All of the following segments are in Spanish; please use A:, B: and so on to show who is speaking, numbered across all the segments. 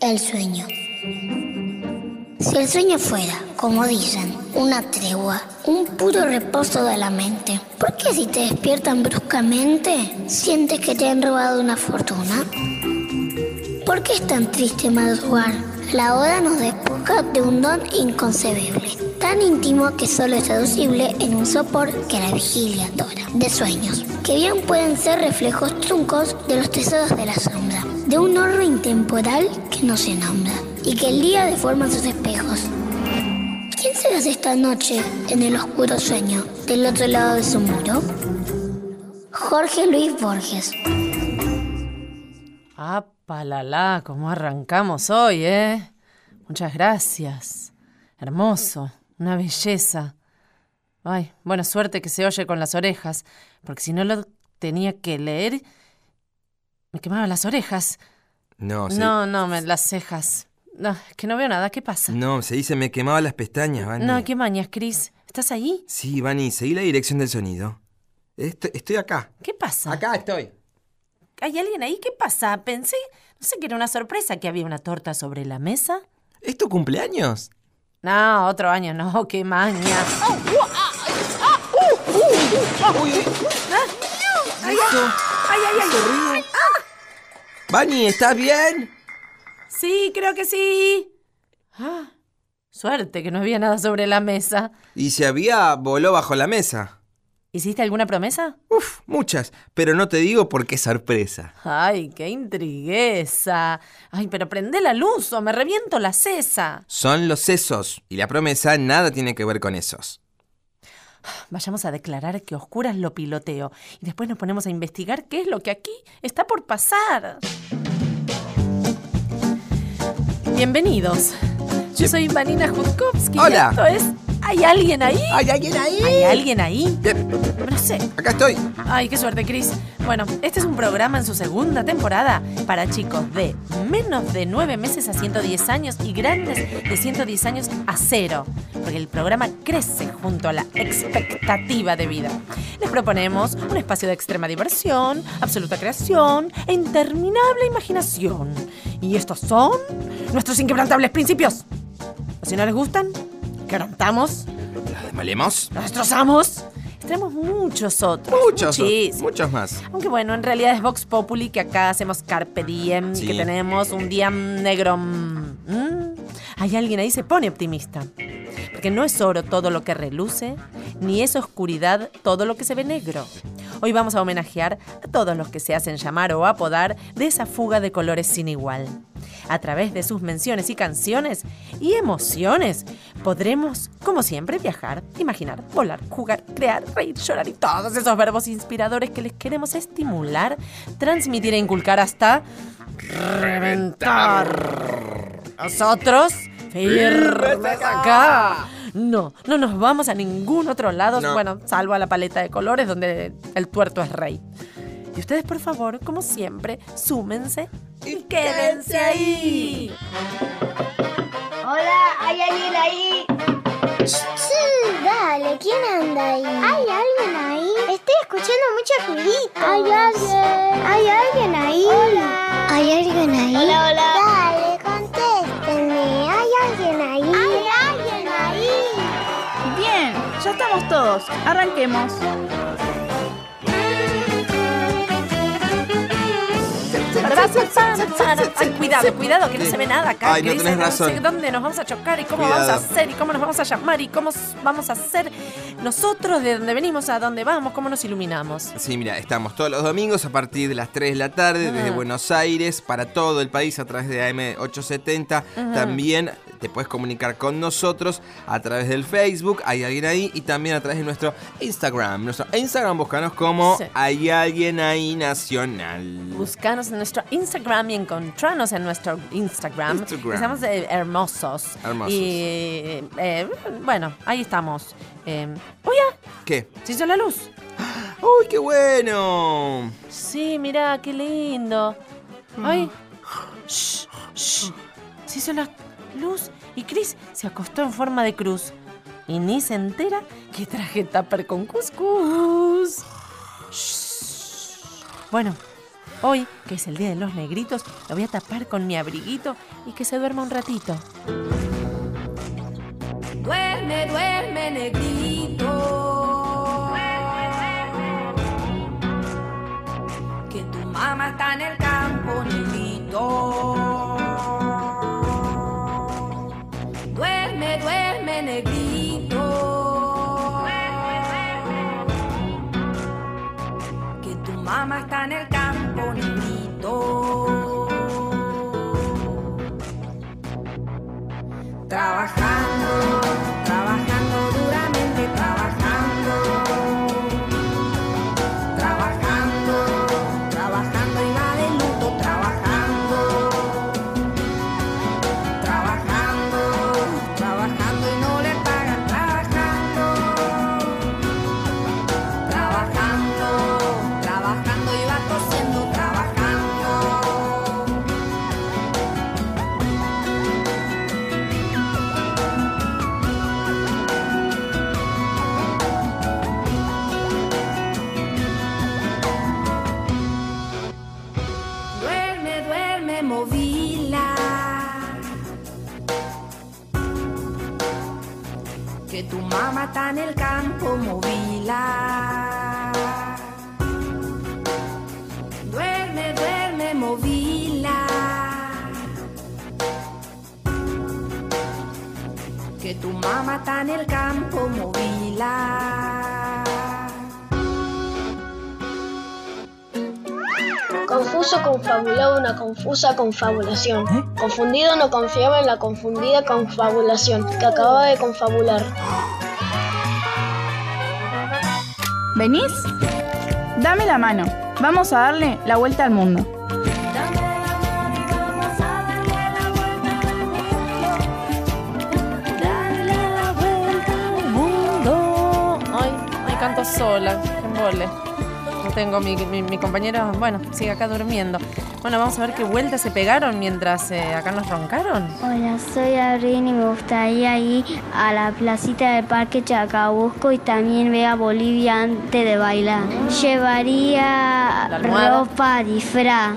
A: El sueño. Si el sueño fuera, como dicen, una tregua, un puro reposo de la mente, ¿por qué si te despiertan bruscamente sientes que te han robado una fortuna? ¿Por qué es tan triste madrugar? La hora nos despoja de un don inconcebible, tan íntimo que solo es traducible en un sopor que la vigilia adora, de sueños, que bien pueden ser reflejos truncos de los tesoros de la sombra, de un horno intemporal que no se nombra y que el día deforma sus espejos. ¿Quién serás esta noche en el oscuro sueño del otro lado de su muro? Jorge Luis Borges.
B: ¡Apalala! Ah, ¿Cómo arrancamos hoy, eh? Muchas gracias. Hermoso, una belleza. Ay, buena suerte que se oye con las orejas, porque si no lo tenía que leer, me quemaba las orejas.
C: No, se,
B: No, no, me- las cejas. No, es que no veo nada. ¿Qué pasa?
C: no, se dice me quemaba las pestañas, Vani.
B: No, qué mañas, Chris. ¿Estás ahí?
C: Sí, Vani, seguí la dirección del sonido. Est- estoy acá.
B: ¿Qué pasa?
C: Acá estoy.
B: ¿Hay alguien ahí? ¿Qué pasa? Pensé, no sé que era una sorpresa que había una torta sobre la mesa.
C: ¿Es tu cumpleaños?
B: No, otro año no, qué maña.
C: Vani, ¿estás bien?
B: Sí, creo que sí. Ah, suerte que no había nada sobre la mesa.
C: Y si había, voló bajo la mesa.
B: ¿Hiciste alguna promesa?
C: Uf, muchas, pero no te digo porque es sorpresa.
B: Ay, qué intrigueza. Ay, pero prende la luz o me reviento la cesa.
C: Son los sesos, y la promesa nada tiene que ver con esos.
B: Vayamos a declarar que oscuras lo piloteo y después nos ponemos a investigar qué es lo que aquí está por pasar. Bienvenidos. Yo soy Vanina Jutkowski. y
C: Hola.
B: esto es. ¿Hay alguien ahí?
C: ¿Hay alguien
B: ¿Hay
C: ahí?
B: alguien ahí?
C: Bien,
B: No sé.
C: acá estoy.
B: Ay, qué suerte, Chris. Bueno, este es un programa en su segunda temporada para chicos de menos de 9 meses a 110 años y grandes de 110 años a cero, porque el programa crece junto a la expectativa de vida. Les proponemos un espacio de extrema diversión, absoluta creación e interminable imaginación. Y estos son nuestros inquebrantables principios. O si no les gustan, quebrantamos
C: ¿La demalemos?
B: nos destrozamos. Tenemos muchos otros.
C: Muchos,
B: muchísimos.
C: muchos más.
B: Aunque bueno, en realidad es Vox Populi que acá hacemos Carpe Diem,
C: Sí.
B: que tenemos un día negro. Mm. Hay alguien ahí se pone optimista. Porque no es oro todo lo que reluce, ni es oscuridad todo lo que se ve negro. Hoy vamos a homenajear a todos los que se hacen llamar o apodar de esa fuga de colores sin igual. A través de sus menciones y canciones y emociones, podremos, como siempre, viajar, imaginar, volar, jugar, crear, reír, llorar y todos esos verbos inspiradores que les queremos estimular, transmitir e inculcar hasta reventar. Nosotros, firmes acá. No, no nos vamos a ningún otro lado,
C: No.
B: bueno, salvo a la paleta de colores donde el tuerto es rey. Y ustedes, por favor, como siempre, súmense y quédense ahí.
D: Hola, ¿hay alguien ahí?
A: Sí, dale, ¿quién anda ahí? ¿Hay alguien ahí? Estoy escuchando mucha ruiditos. ¿Hay alguien? ¿Hay alguien ahí? Hola. ¿Hay alguien ahí?
D: Hola, hola.
A: Dale, contéstenme. ¿Hay alguien ahí? ¿Hay alguien ahí?
E: Bien, ya estamos todos. Arranquemos.
B: Ay, cuidado, cuidado, que no se ve nada acá.
C: Ay, no
B: que
C: tenés
B: dicen,
C: razón.
B: No sé dónde nos vamos a chocar y cómo
C: Cuidado.
B: vamos a hacer y cómo nos vamos a llamar y cómo s- vamos a hacer nosotros de dónde venimos a dónde vamos, cómo nos iluminamos.
C: Sí, mira, estamos todos los domingos a partir de las 3 de la tarde desde
B: Ah.
C: Buenos Aires para todo el país a través de AM870. También te puedes comunicar con nosotros a través del Facebook, hay alguien ahí, y también a través de nuestro Instagram. Nuestro Instagram búscanos como
B: Sí.
C: hay alguien ahí nacional.
B: Buscanos en nuestro Instagram y encontranos en nuestro Instagram.
C: Instagram.
B: Estamos eh, hermosos.
C: Hermosos.
B: Y eh, bueno, ahí estamos. Eh, ¡Uy, ya!
C: ¿Qué?
B: Se hizo la luz.
C: ¡Uy, qué bueno!
B: Sí, mirá, qué lindo. Ay. Shh, shh. Se hizo la luz y Chris se acostó en forma de cruz. Y ni se entera que traje tupper con cuscús. Shh. Bueno, Hoy, que es el Día de los Negritos, lo voy a tapar con mi abriguito y que se duerma un ratito.
F: Duerme, duerme, negrito. Que tu mamá está en el campo, negrito. Duerme, duerme, negrito. Que tu mamá está en el campo, negrito trabajando, trabajando duramente, trabajando, trabajando, trabajando y va de luto, trabajando, trabajando, trabajando y no le pagan, trabajando, trabajando, trabajando y va tosiendo, trabajando. Duerme, duerme, movila. Que tu mamá está en el campo, movila. Duerme, duerme, movila. Que tu mamá está en el campo, movila.
G: Confuso confabulaba una confusa confabulación. Confundido no confiaba en la confundida confabulación que acababa de confabular.
E: ¿Venís? Dame la mano. Vamos a darle la vuelta al mundo.
F: Dame la mano y vamos a darle la vuelta al mundo. Darle la vuelta al
B: mundo. Ay, ay, canto sola, qué embole. No tengo mi, mi, mi compañero, bueno, sigue acá durmiendo. Bueno, vamos a ver qué vueltas se pegaron mientras eh, acá nos roncaron.
H: Hola, soy Abril y me gustaría ir a la placita del Parque Chacabuco y también ver a Bolivia antes de bailar. Llevaría
B: La almohada.
H: ropa, disfraz.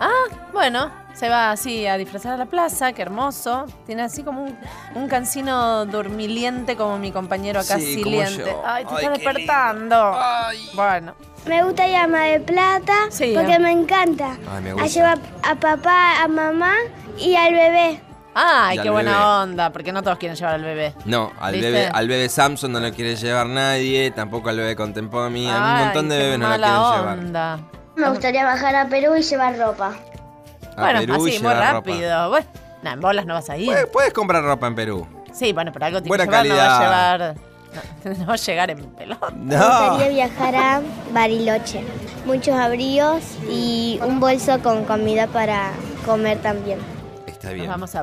B: Ah, bueno, se va así a disfrazar a la plaza, qué hermoso. Tiene así como un, un cansino dormiliente como mi compañero acá
C: Sí, como
B: siliente.
C: yo.
B: Ay, te
C: Ay,
B: está
C: qué lindo.
B: despertando.
C: Ay.
B: Bueno.
I: Me gusta llama de plata
B: Sí,
I: porque
B: ¿eh?
I: me encanta.
C: Ay, me
I: A
C: gusta.
I: llevar a papá, a mamá y al bebé.
B: Ay,
C: Y al
B: qué buena
C: bebé.
B: onda, porque no todos quieren llevar al bebé.
C: No, al
B: ¿Viste?
C: bebé, al bebé Samsung no lo quiere llevar nadie, tampoco al bebé Contemporáneo,
B: Ay,
C: un montón de
B: qué
C: bebés no lo quieren
B: mala
C: llevar.
B: onda.
G: Me gustaría bajar a Perú y llevar ropa.
C: A
B: bueno,
C: Perú y
B: así, muy
C: llevar ropa.
B: rápido. Bueno, nah, en bolas no vas a ir.
C: Puedes, puedes comprar ropa en Perú.
B: sí, bueno, pero algo tiene
C: buena
B: que llevar, no va
C: calidad.
B: a llevar. No, no va a llegar en pelota.
I: Me
C: No.
I: gustaría viajar a Bariloche. Muchos abrigos y un bolso con comida para comer también.
C: Está
B: Nos
C: bien.
B: vamos a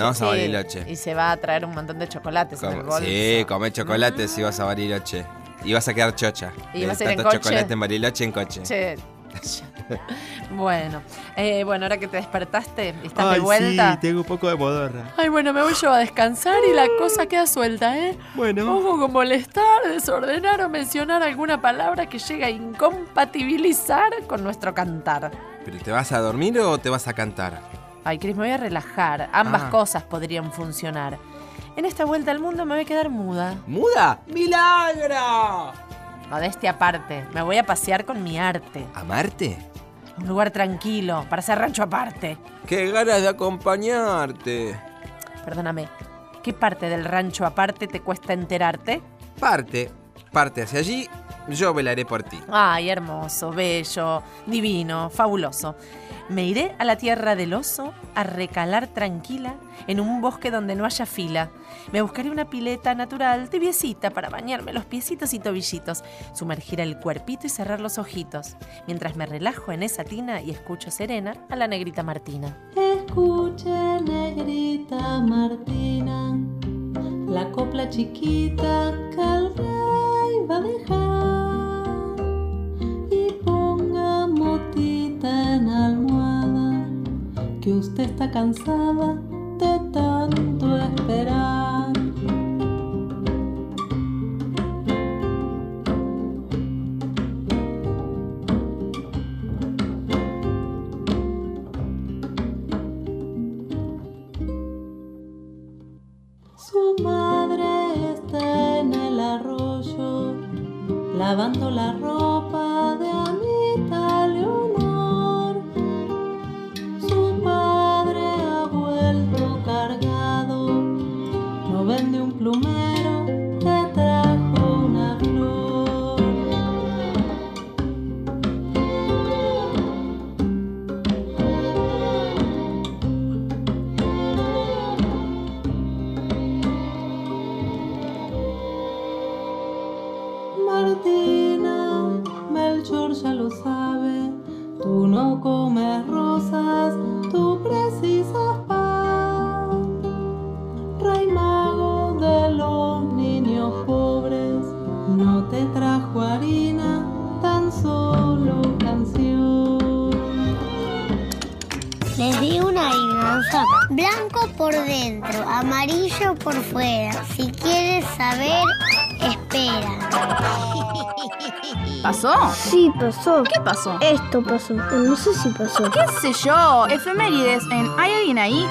C: Nos vamos a
B: sí,
C: Bariloche.
B: Y se va a traer un montón de chocolates en el
C: Como-
B: bolso.
C: sí, come chocolate si vas a Bariloche. Y vas a quedar chocha.
B: Y
C: de
B: vas a ir en
C: tanto
B: coche.
C: chocolate en Bariloche en coche.
B: Che. bueno, eh, bueno, ahora que te despertaste y estás
C: Ay,
B: de vuelta.
C: sí, tengo un poco de modorra.
B: Ay, bueno, me voy yo a descansar y la cosa queda suelta, ¿eh?
C: Bueno.
B: Ojo con molestar, desordenar o mencionar alguna palabra que llega a incompatibilizar con nuestro cantar.
C: ¿Pero te vas a dormir o te vas a cantar?
B: Ay, Cris, me voy a relajar. Ambas
C: Ah.
B: cosas podrían funcionar. En esta vuelta al mundo me voy a quedar muda.
C: ¡Muda! ¡Milagro!
B: Modestia este aparte, me voy a pasear con mi arte.
C: ¿Amarte?
B: A un lugar tranquilo, para hacer rancho aparte.
C: ¡Qué ganas de acompañarte!
B: Perdóname, ¿qué parte del rancho aparte te cuesta enterarte?
C: Parte, parte hacia allí, yo velaré por ti.
B: Ay, hermoso, bello, divino, fabuloso. Me iré a la tierra del oso a recalar tranquila en un bosque donde no haya fila. Me buscaré una pileta natural, tibiecita, para bañarme los piecitos y tobillitos, sumergir el cuerpito y cerrar los ojitos, mientras me relajo en esa tina y escucho serena a la negrita Martina.
F: Escucha, negrita Martina, la copla chiquita que el rey va a dejar. Y ponga motita en almohada, que usted está cansada de tanto esperar.
J: lavando la ropa de Anita Leonor. Su padre ha vuelto cargado, no vende un plumero que trajo una flor. Martina, Melchor ya lo sabe, tú no comes rosas, tú precisas pan. Rey mago de los niños pobres, no te trajo harina, tan solo canción.
K: Les di una adivinanza. Blanco por dentro, amarillo por fuera. Si quieres saber, espera.
E: ¿Pasó?
L: Sí, pasó.
E: ¿Qué pasó?
L: Esto pasó. Eh, No sé si pasó.
E: ¿Qué sé yo? Efemérides en ¿Hay alguien ahí?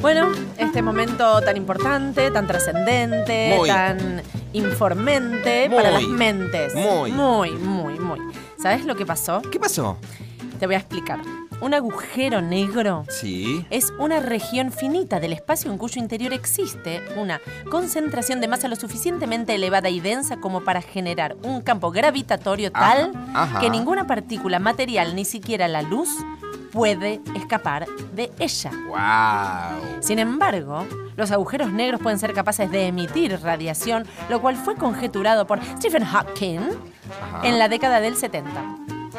B: Bueno, este momento tan importante, tan trascendente,
C: Muy.
B: tan informente para
C: Muy.
B: las mentes.
C: Muy.
B: Muy, muy, muy. ¿Sabes lo que pasó?
C: ¿Qué pasó?
B: Te voy a explicar. Un agujero negro
C: Sí.
B: es una región finita del espacio en cuyo interior existe una concentración de masa lo suficientemente elevada y densa como para generar un campo gravitatorio
C: Ajá,
B: tal
C: ajá.
B: que ninguna partícula material, ni siquiera la luz, puede escapar de ella.
C: ¡Wow!
B: Sin embargo, los agujeros negros pueden ser capaces de emitir radiación, lo cual fue conjeturado por Stephen Hawking en la década del 70.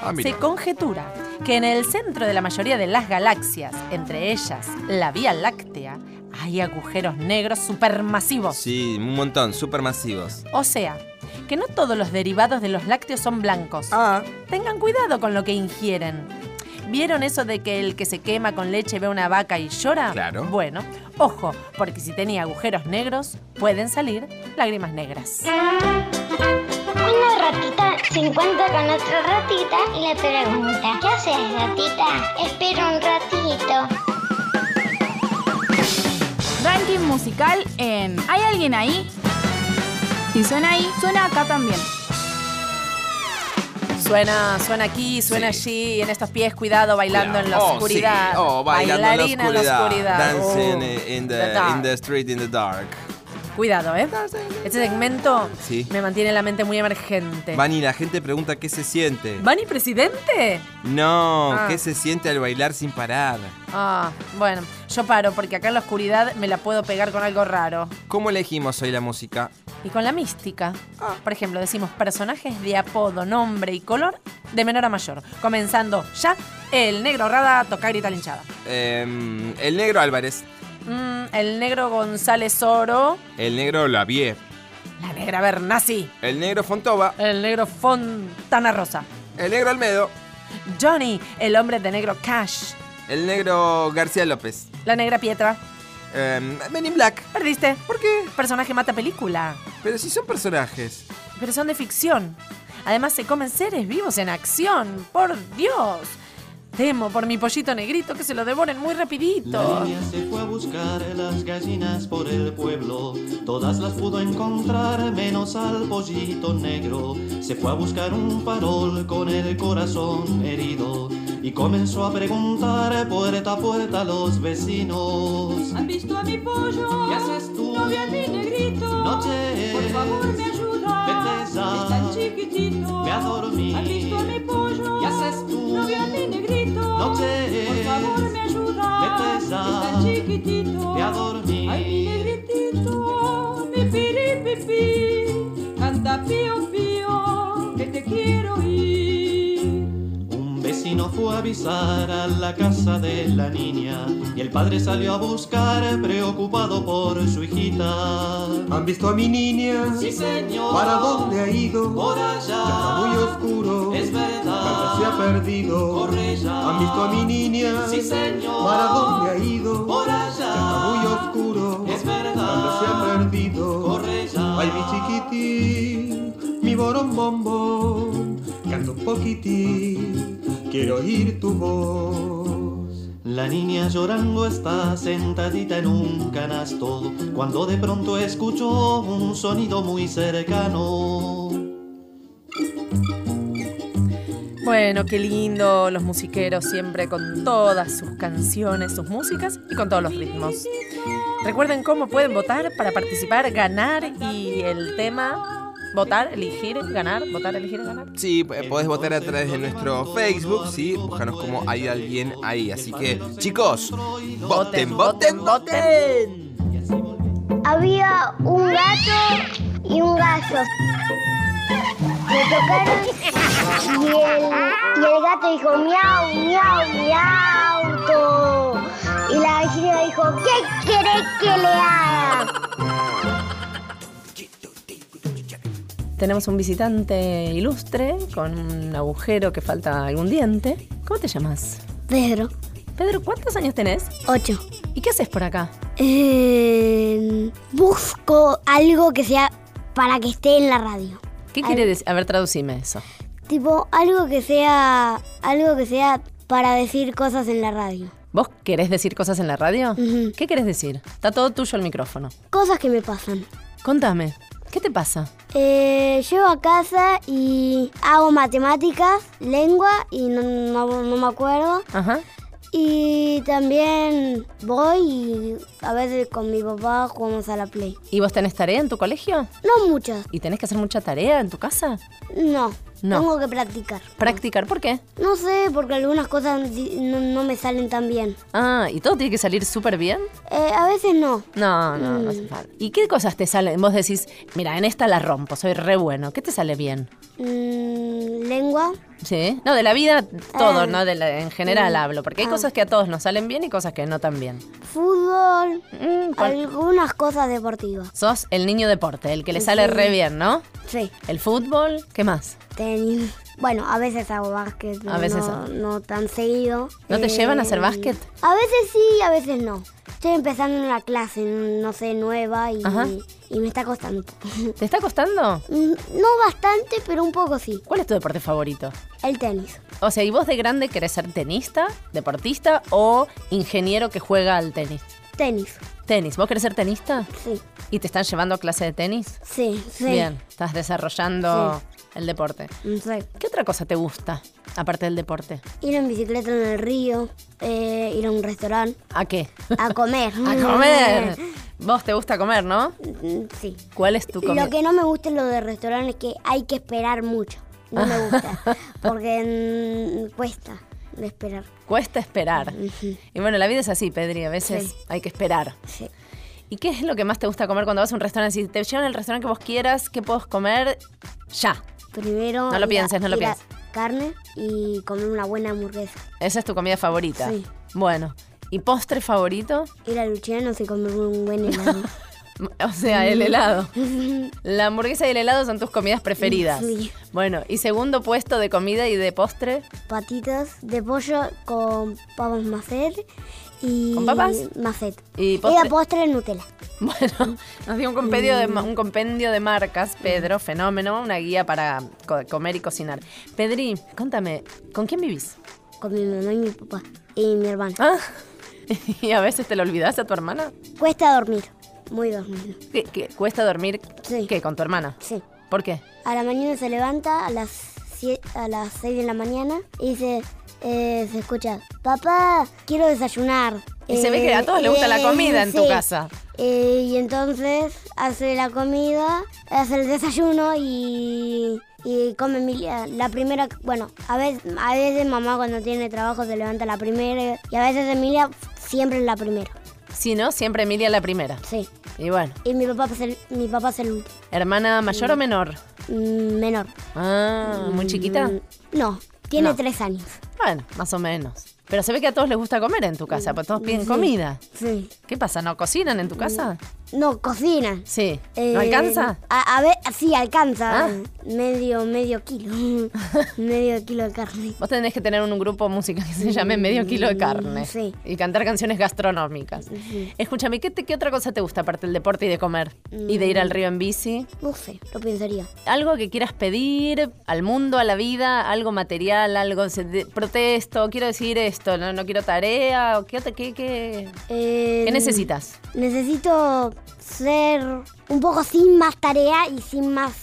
C: Ah, mira.
B: Se conjetura que en el centro de la mayoría de las galaxias, entre ellas la Vía Láctea, hay agujeros negros supermasivos.
C: Sí, un montón, supermasivos.
B: O sea, que no todos los derivados de los lácteos son blancos.
C: Ah,
B: Tengan cuidado con lo que ingieren. ¿Vieron eso de que el que se quema con leche ve una vaca y llora?
C: Claro.
B: Bueno, ojo, porque si tenía agujeros negros, pueden salir lágrimas negras.
A: Una ratita se encuentra con otra ratita y le pregunta, ¿qué haces ratita? Espera un ratito.
E: Ranking musical en ¿Hay alguien ahí? Si suena ahí, suena acá también.
B: Suena, suena aquí, suena allí, en estos pies, cuidado, bailando en la
C: Oh, sí.
B: oscuridad.
C: Oh, bailando en
B: Bailarina
C: la oscuridad.
B: oscuridad.
C: Dancing
B: Oh,
C: in,
B: the
C: the,
B: dark.
C: in the street in the dark.
B: Cuidado, ¿eh? Este segmento
C: Sí.
B: me mantiene la mente muy emergente.
C: Vani, la gente pregunta qué se siente.
B: ¿Bani presidente?
C: No,
B: Ah.
C: ¿qué se siente al bailar sin parar?
B: Ah, bueno, yo paro porque acá en la oscuridad me la puedo pegar con algo raro.
C: ¿Cómo elegimos hoy la música?
B: Y con la mística. Por ejemplo, decimos personajes de apodo, nombre y color de menor a mayor. Comenzando ya, el negro Rada toca grita linchada.
C: Em, el negro Álvarez.
B: Mm, el negro González Oro.
C: El negro Lavie.
B: La negra Bernasi.
C: El negro Fontova.
B: El negro Fontana Rosa.
C: El negro Almedo.
B: Johnny, el hombre de negro Cash.
C: El negro García López.
B: La negra Pietra.
C: Em, Men in Black.
B: Perdiste.
C: ¿Por qué?
B: Personaje mata película.
C: Pero si son personajes.
B: Pero son de ficción. Además se comen seres vivos en acción. Por Dios. Temo por mi pollito negrito que se lo devoren muy
M: La
B: rapidito.
M: niña se fue a buscar las gallinas por el pueblo, todas las pudo encontrar menos al pollito negro. Se fue a buscar un farol con el corazón herido y comenzó a preguntar puerta a puerta a los vecinos.
J: ¿Han visto a mi pollo?
M: ¿Qué haces tú?
J: No vi a mi negrito.
M: Noche
J: Por favor, me ayuda.
M: Vete ya.
J: Es tan chiquitito.
M: Ve a dormir.
J: ¿Han visto a mi pollo?
M: ¿Qué haces tú?
J: No vi a mi negrito.
M: Noche
J: Por favor, me ayuda.
M: Vete ya.
J: Es tan chiquitito.
M: Ve a dormir.
J: Ay, mi negritito. Mi piripipi. Canta pío pío. Que te quiero ir.
M: Un vecino fue a avisar a la casa de la niña y el padre salió a buscar preocupado por su hijita.
N: ¿Han visto a mi niña?
M: Sí, señor.
N: ¿Para dónde ha ido?
M: Por
N: Ya está muy
M: allá.
N: oscuro.
M: Es
N: Carla se ha
M: verdad.
N: perdido.
M: Corre ya.
N: ¿Han visto a mi niña?
M: Sí, señor.
N: ¿Para dónde ha ido?
M: Por
N: Ya
M: allá.
N: está muy oscuro.
M: Es verdad.
N: Carla se ha perdido.
M: Corre ya.
N: Ay, mi chiquitín, mi bombón, canta un poquitín, quiero oír tu voz.
M: La niña llorando está sentadita en un canasto cuando de pronto escuchó un sonido muy cercano.
B: Bueno, qué lindo los musiqueros siempre con todas sus canciones, sus músicas y con todos los ritmos. Recuerden cómo pueden votar para participar, ganar y el tema votar, elegir, ganar, votar, elegir, ganar.
C: Sí, p- podés votar a través de nuestro Facebook, sí, búscanos como hay alguien ahí. Así que, chicos, voten, voten, voten.
I: Había un gato y un gato. Me tocaron y el, y el gato dijo miau, miau, miau. to". Y la vecina dijo, ¿qué querés que le haga?
B: Tenemos un visitante ilustre con un agujero que falta algún diente. ¿Cómo te llamas?
A: Pedro.
B: Pedro, ¿cuántos años tenés?
A: Ocho.
B: ¿Y qué haces por acá?
A: Eh, busco algo que sea para que esté en la radio.
B: ¿Qué
A: Al-
B: quiere decir? A ver, traducime eso.
A: Tipo, algo que sea. Algo que sea para decir cosas en la radio.
B: ¿Vos querés decir cosas en la radio? ¿Qué querés decir? Está todo tuyo el micrófono.
A: Cosas que me pasan.
B: Contame, ¿qué te pasa?
A: Eh, llego a casa y hago matemáticas, lengua y no, no- no me acuerdo.
B: Ajá.
A: Y también voy y a veces con mi papá jugamos a la play.
B: ¿Y vos tenés tarea en tu colegio?
A: No muchas,
B: ¿Y tenés que hacer mucha tarea en tu casa?
A: no.
B: No.
A: Tengo que practicar.
B: ¿Practicar? ¿Por qué?
A: No sé, porque algunas cosas di- no, no me salen tan bien.
B: Ah, ¿y todo tiene que salir súper bien?
A: Eh, a veces no.
B: No, no, no
A: Mm.
B: hace falta. ¿Y qué cosas te salen? Vos decís, mira, en esta la rompo, soy re bueno. ¿Qué te sale bien?
A: Mm, lengua.
B: ¿Sí? No, de la vida todo,
A: Ah.
B: ¿no? De la- en general
A: Mm.
B: hablo, porque hay
A: Ah.
B: cosas que a todos nos salen bien y cosas que no tan bien.
A: Fútbol.
B: ¿cuál?
A: algunas cosas deportivas.
B: Sos el niño deporte, el que le sale
A: Sí.
B: re bien, ¿no?
A: Sí.
B: El fútbol, ¿qué más?
A: Tenis. Bueno, a veces hago básquet.
B: A veces
A: no,
B: hago.
A: no tan seguido. Eh,
B: ¿No te llevan a hacer básquet?
A: A veces sí, a veces no. Estoy empezando una clase, no sé, nueva y,
B: Ajá.
A: y me está costando un poco.
B: ¿Te está costando?
A: Mm, No bastante, pero un poco sí.
B: ¿Cuál es tu deporte favorito?
A: El tenis.
B: O sea, ¿y vos de grande querés ser tenista, deportista o ingeniero que juega al tenis?
A: Tenis.
B: Tenis. ¿Vos querés ser tenista?
A: Sí.
B: ¿Y te están llevando a clase de tenis?
A: Sí, sí. Mm,
B: Bien, estás desarrollando el deporte.
A: Sí.
B: ¿Qué otra cosa te gusta, aparte del deporte?
A: Ir en bicicleta en el río, eh, ir a un restaurante,
B: ¿A qué?
A: a comer.
B: ¡A comer! Vos te gusta comer, ¿no?
A: Mm, Sí.
B: ¿Cuál es tu comida?
A: Lo que no me gusta en lo de restaurante es que hay que esperar mucho. No me gusta. Porque mm, cuesta de esperar.
B: Cuesta esperar. Y bueno, la vida es así, Pedri, a veces
A: Sí.
B: hay que esperar.
A: Sí.
B: ¿Y qué es lo que más te gusta comer cuando vas a un restaurante? Si te llevan al restaurante que vos quieras, ¿qué puedes comer? Ya.
A: Primero.
B: No lo
A: ir a-
B: pienses, no lo
A: ir a
B: pienses.
A: Carne y comer una buena hamburguesa.
B: Esa es tu comida favorita.
A: Sí.
B: Bueno, ¿y postre favorito?
A: Ir a Luciano y comer un buen helado.
B: O sea,
A: Mm.
B: el helado. La hamburguesa y el helado son tus comidas preferidas.
A: Sí.
B: Bueno, y segundo puesto de comida y de postre.
A: Patitas de pollo con papas macet y.
B: ¿Con papas?
A: Macet.
B: Y
A: Era
B: postre.
A: postre Nutella.
B: Bueno, nos dio un compendio,
A: Mm.
B: de, ma- un compendio de marcas, Pedro, fenómeno, una guía para co- comer y cocinar. Pedri, contame, ¿con quién vivís?
A: Con mi mamá y mi papá. Y mi hermana.
B: Ah. ¿Y a veces te lo olvidás a tu hermana?
A: Cuesta dormir. Muy dormido.
B: ¿Qué, qué, cuesta dormir qué con tu hermana?
A: Sí.
B: ¿Por qué?
A: A la mañana se levanta a las, sie- a las 6 de la mañana y dice, eh, se escucha, papá, quiero desayunar.
B: Y se ve que a todos les gusta la comida en tu casa.
A: Eh, y entonces hace la comida, hace el desayuno y, y come mi- la primera, bueno, a veces, a veces mamá cuando tiene trabajo se levanta la primera y a veces Emilia siempre es la primera.
B: Si no, siempre Emilia la primera.
A: Sí.
B: Y bueno,
A: Y mi papá es el, mi papá es el último,
B: ¿hermana mayor o menor?
A: mm, menor.
B: Ah, muy chiquita.
A: Mm, No, tiene
B: No.
A: tres años.
B: Bueno, más o menos. Pero se ve que a todos les gusta comer en tu casa, porque todos piden
A: Sí.
B: comida.
A: Sí.
B: ¿Qué pasa? ¿No cocinan en tu casa?
A: No, cocina.
B: Sí.
A: Eh,
B: ¿No alcanza?
A: A, a ver, sí, alcanza.
B: Ah.
A: Medio, medio kilo. medio kilo de carne.
B: Vos tenés que tener un grupo musical que se llame Medio Kilo de Carne.
A: Sí.
B: Y cantar canciones gastronómicas.
A: Sí.
B: Escúchame, ¿qué, te- qué otra cosa te gusta aparte del deporte y de comer?
A: Mm.
B: Y de ir al río en bici.
A: No sé, lo pensaría.
B: Algo que quieras pedir al mundo, a la vida, algo material, algo. se- de- protesto, quiero decir esto, no, no quiero tarea. o ¿Qué, otra- qué, qué-
A: Eh,
B: qué necesitas?
A: Necesito ser un poco sin más
B: Mm.
A: tarea y sin más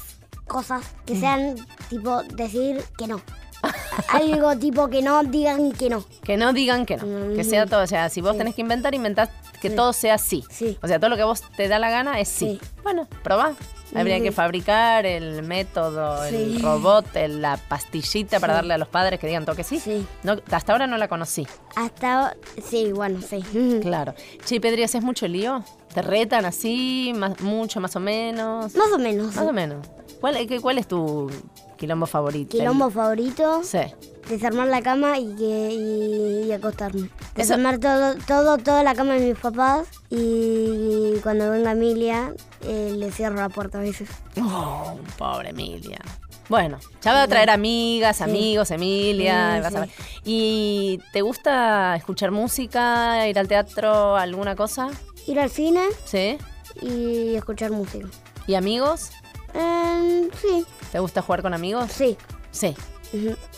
A: cosas que sean tipo decir que no. algo tipo que no digan que no.
B: Que no digan que no. Que sea todo. O sea, si vos tenés que inventar, inventás que todo sea Mm. sí. O sea, todo lo que vos te da la gana es sí. Bueno, Mm. probá. Habría
A: Sí.
B: que fabricar el método,
A: Sí.
B: el robot, el- la pastillita para
A: Sí.
B: darle a los padres que digan toque sí. No, hasta ahora no la conocí.
A: Hasta, sí, bueno, sí.
B: Claro. Che, Pedri, ¿haces mucho lío? ¿Te retan así? Más, ¿Mucho, más o menos?
A: Más o menos.
B: Más o menos. ¿Cuál, eh, qué- cuál es tu quilombo favorito?
A: Quilombo favorito.
B: Sí.
A: Desarmar la cama y, que, y, y acostarme. Desarmar todo, todo, toda la cama de mis papás y cuando venga Emilia eh, le cierro la puerta a veces.
B: Oh, pobre Emilia. Bueno, ya va a traer amigas,
A: Sí.
B: amigos, Emilia.
A: Sí,
B: vas a ver.
A: sí.
B: ¿Y te gusta escuchar música, ir al teatro, alguna cosa?
A: Ir al cine
B: Sí.
A: y escuchar música. Eh,
B: ¿Y amigos?
A: sí.
B: ¿Te gusta jugar con amigos?
A: Sí.
B: Sí.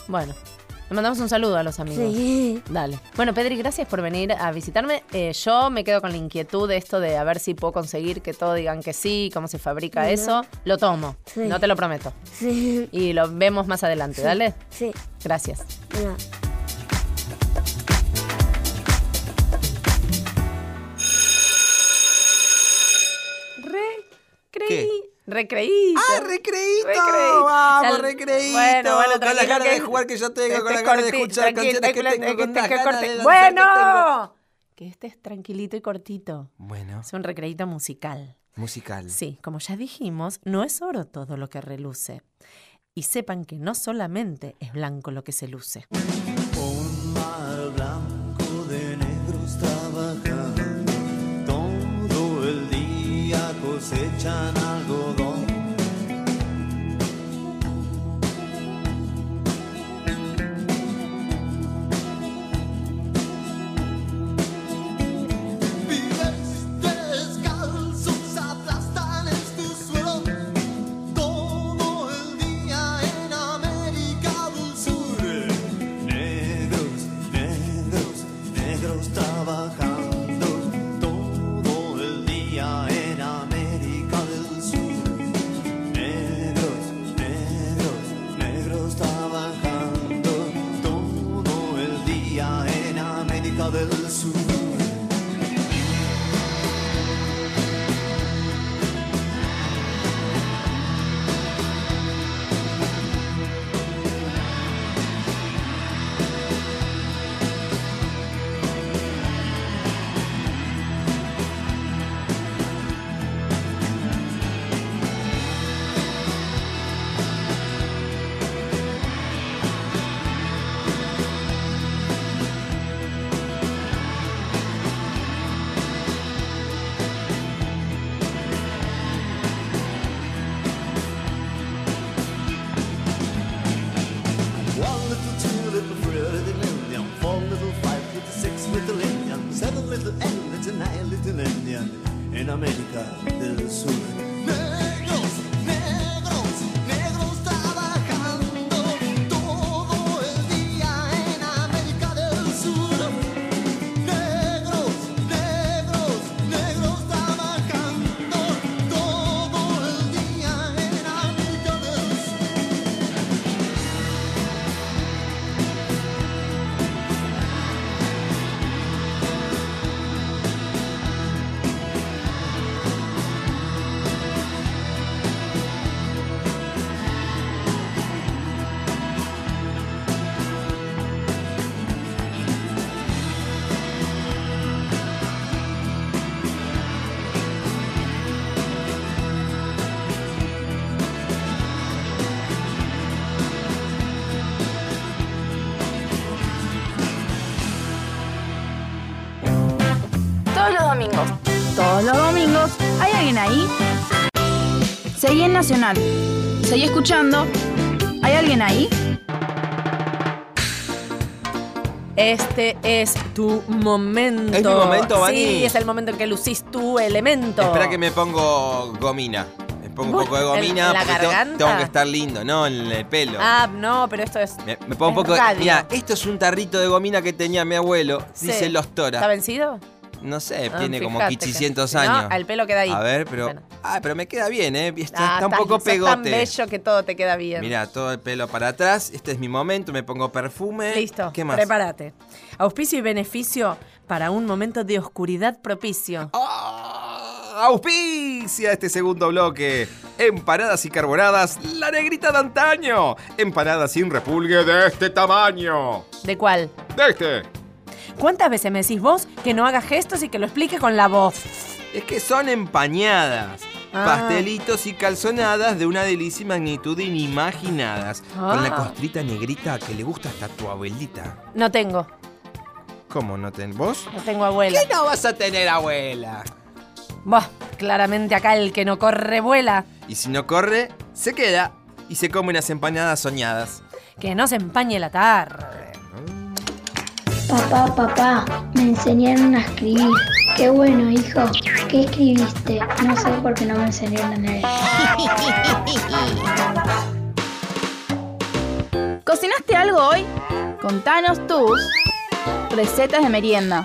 B: Bueno, le mandamos un saludo a los amigos.
A: Sí.
B: Dale. Bueno, Pedri, gracias por venir a visitarme. Eh, yo me quedo con la inquietud de esto de a ver si puedo conseguir que todos digan que sí, cómo se fabrica
A: Bueno.
B: eso. Lo tomo.
A: Sí.
B: No te lo prometo.
A: Sí.
B: Y lo vemos más adelante,
A: Sí.
B: ¿dale?
A: Sí.
B: Gracias.
A: Mira.
B: Recreí. Recreíto.
C: ¡Ah, recreíto!
B: Recreí.
C: ¡Vamos,
B: Ya-
C: recreíto!
B: Bueno, bueno,
C: con la
B: tranquilo
C: gana
B: que-
C: de jugar que yo tengo, con
B: Este
C: la
B: es
C: gana de
B: corti-
C: escuchar
B: tranquilo,
C: canciones que
B: tranquilo,
C: tengo, con
B: este
C: la
B: es que
C: gana
B: corti-
C: de danzar que tengo.
B: ¡Bueno! Que este es tranquilito y cortito.
C: Bueno,
B: Es un recreíto musical.
C: musical.
B: Sí, como ya dijimos, no es oro todo lo que reluce. Y sepan que no solamente es blanco lo que se luce.
O: Un mar blanco de negros trabajan todo el día cosechan algodón. Vives descalzos aplastan este suelo todo el día en América del Sur. Negros, negros, negros trabajando todo el día en América del Sur. Negros, negros, negros trabajando todo el día en América del Sur. One little, two little, three little Indian, four little, five little, six little Indian, seven little, eight little, nine little Indian, en América del Sur. Negros, negros, negros trabajando todo el día en América del Sur. Negros, negros, negros trabajando todo el día en América del Sur.
E: Todos los domingos. Todos los domingos. ¿Hay alguien ahí? Seguí en Nacional. Seguí escuchando. ¿Hay alguien ahí?
B: Este es tu momento.
C: ¿Es mi momento,
B: Sí,
C: Vani?
B: es el momento en que lucís tu elemento.
C: Espera que me pongo gomina. Me pongo un poco de
B: ¿En-
C: gomina.
B: en la
C: porque tengo-
B: garganta?
C: Tengo que estar lindo, ¿no? En el pelo.
B: Ah, no, pero esto es.
C: Me, me pongo un poco de.
B: radio.
C: Mira, esto es un tarrito de gomina que tenía mi abuelo.
B: Sí.
C: Dice los
B: ¿Está
C: Tora.
B: vencido?
C: No sé,
B: Ah,
C: tiene como
B: fíjate que-
C: 800
B: si no,
C: años.
B: al pelo queda ahí.
C: A ver, pero.
B: Bueno.
C: Ah, pero me queda bien, ¿eh? Está,
B: Ah,
C: está un
B: estás-
C: poco
B: sos tan
C: pegote.
B: bello que todo te queda bien.
C: Mira, todo el pelo para atrás. Este es mi momento. Me pongo perfume.
B: Listo.
C: ¿Qué más?
B: Prepárate. Auspicio y beneficio para un momento de oscuridad propicio.
C: ¡Ah! Auspicia este segundo bloque. Empanadas y carbonadas, la negrita de antaño. Empanadas sin repulgue de este tamaño.
B: ¿De cuál?
C: De este.
B: ¿Cuántas veces me decís vos que no haga gestos y que lo explique con la voz?
C: Es que son empañadas.
B: Ah.
C: Pastelitos y calzonadas de una delicia y magnitud inimaginadas. Con la
B: Ah.
C: costrita negrita que le gusta hasta tu abuelita.
B: No tengo,
C: ¿Cómo no ten vos?
B: no tengo abuela.
C: ¿Qué no vas a tener abuela?
B: Bah, claramente acá el que no corre vuela.
C: Y si no corre, se queda y se come unas empanadas soñadas.
B: Que no se empañe la tarde.
J: Papá, papá, me enseñaron a escribir. Qué bueno, hijo. ¿Qué escribiste? No sé por qué no me enseñaron a leer.
E: ¿Cocinaste algo hoy? Contanos tus recetas de merienda.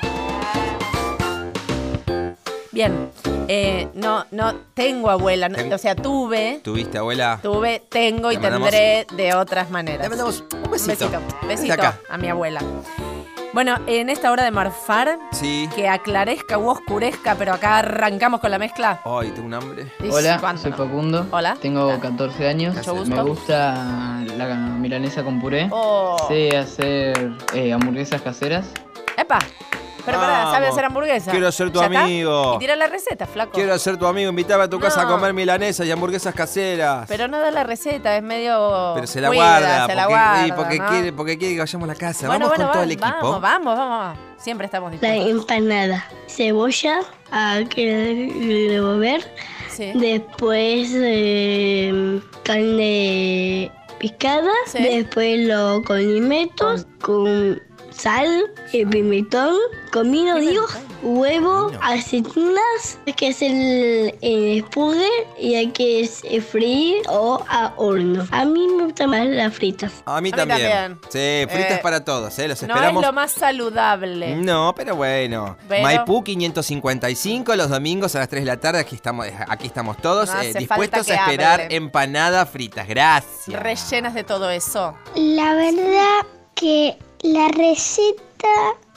B: Bien, eh, no, no tengo abuela. no-
C: Tengo-
B: o sea, tuve,
C: ¿Tuviste, abuela?
B: tuve, tengo y
C: Le mandamos-
B: tendré de otras maneras.
C: Le mandamos un besito.
B: besito,
C: Desde acá.
B: a mi abuela. Bueno, en esta hora de marfar,
C: Sí.
B: que aclarezca u oscurezca, pero acá arrancamos con la mezcla.
C: Ay, tengo un hambre.
B: Y
P: Hola,
B: cuando
P: soy
B: no.
P: Facundo.
B: Hola.
P: Tengo 14 años.
B: Mucho
P: Me
B: gusto.
P: gusta la milanesa con puré.
B: Oh.
P: Sé hacer eh, hamburguesas caseras.
B: ¡Epa! Pero pará, ¿sabe
P: Vamos.
B: hacer hamburguesa?
C: Quiero ser tu
B: ¿Ya está?
C: amigo.
B: Y tira la receta, flaco.
C: Quiero ser tu amigo, invítame a tu casa a
B: No.
C: comer milanesas y hamburguesas caseras.
B: Pero no da la receta, es medio.
C: Pero se la
B: cuida,
C: guarda,
B: se
C: porque,
B: la guarda,
C: y porque
B: ¿no?
C: quiere, porque quiere que vayamos a la casa.
B: Bueno,
C: vamos
B: bueno,
C: con todo
B: va-
C: el equipo.
B: Vamos, vamos, vamos. Siempre estamos
Q: La
B: dispuestos.
Q: empanada, cebolla, a que remover. Después eh, carne picada. Después los condimentos con sal, eh, pimentón, comino, digo, huevo, aceitunas, que es el, el espugue y hay que es- eh, freír o a horno. A mí me gustan más las fritas.
C: A mí
B: A mí
C: también.
B: también.
C: Sí, fritas
B: Eh,
C: para todos, ¿eh? Los
B: No es
C: esperamos. Mm.
B: lo más saludable.
C: No, pero bueno.
B: Pero-
C: Maipú 555 los domingos a las 3 de la tarde. Aquí estamos, aquí estamos todos
B: No
C: eh,
B: hace
C: dispuestos a
B: falta que
C: esperar
B: hable.
C: empanadas fritas. Gracias.
B: Rellenas de todo eso.
I: La verdad que la receta,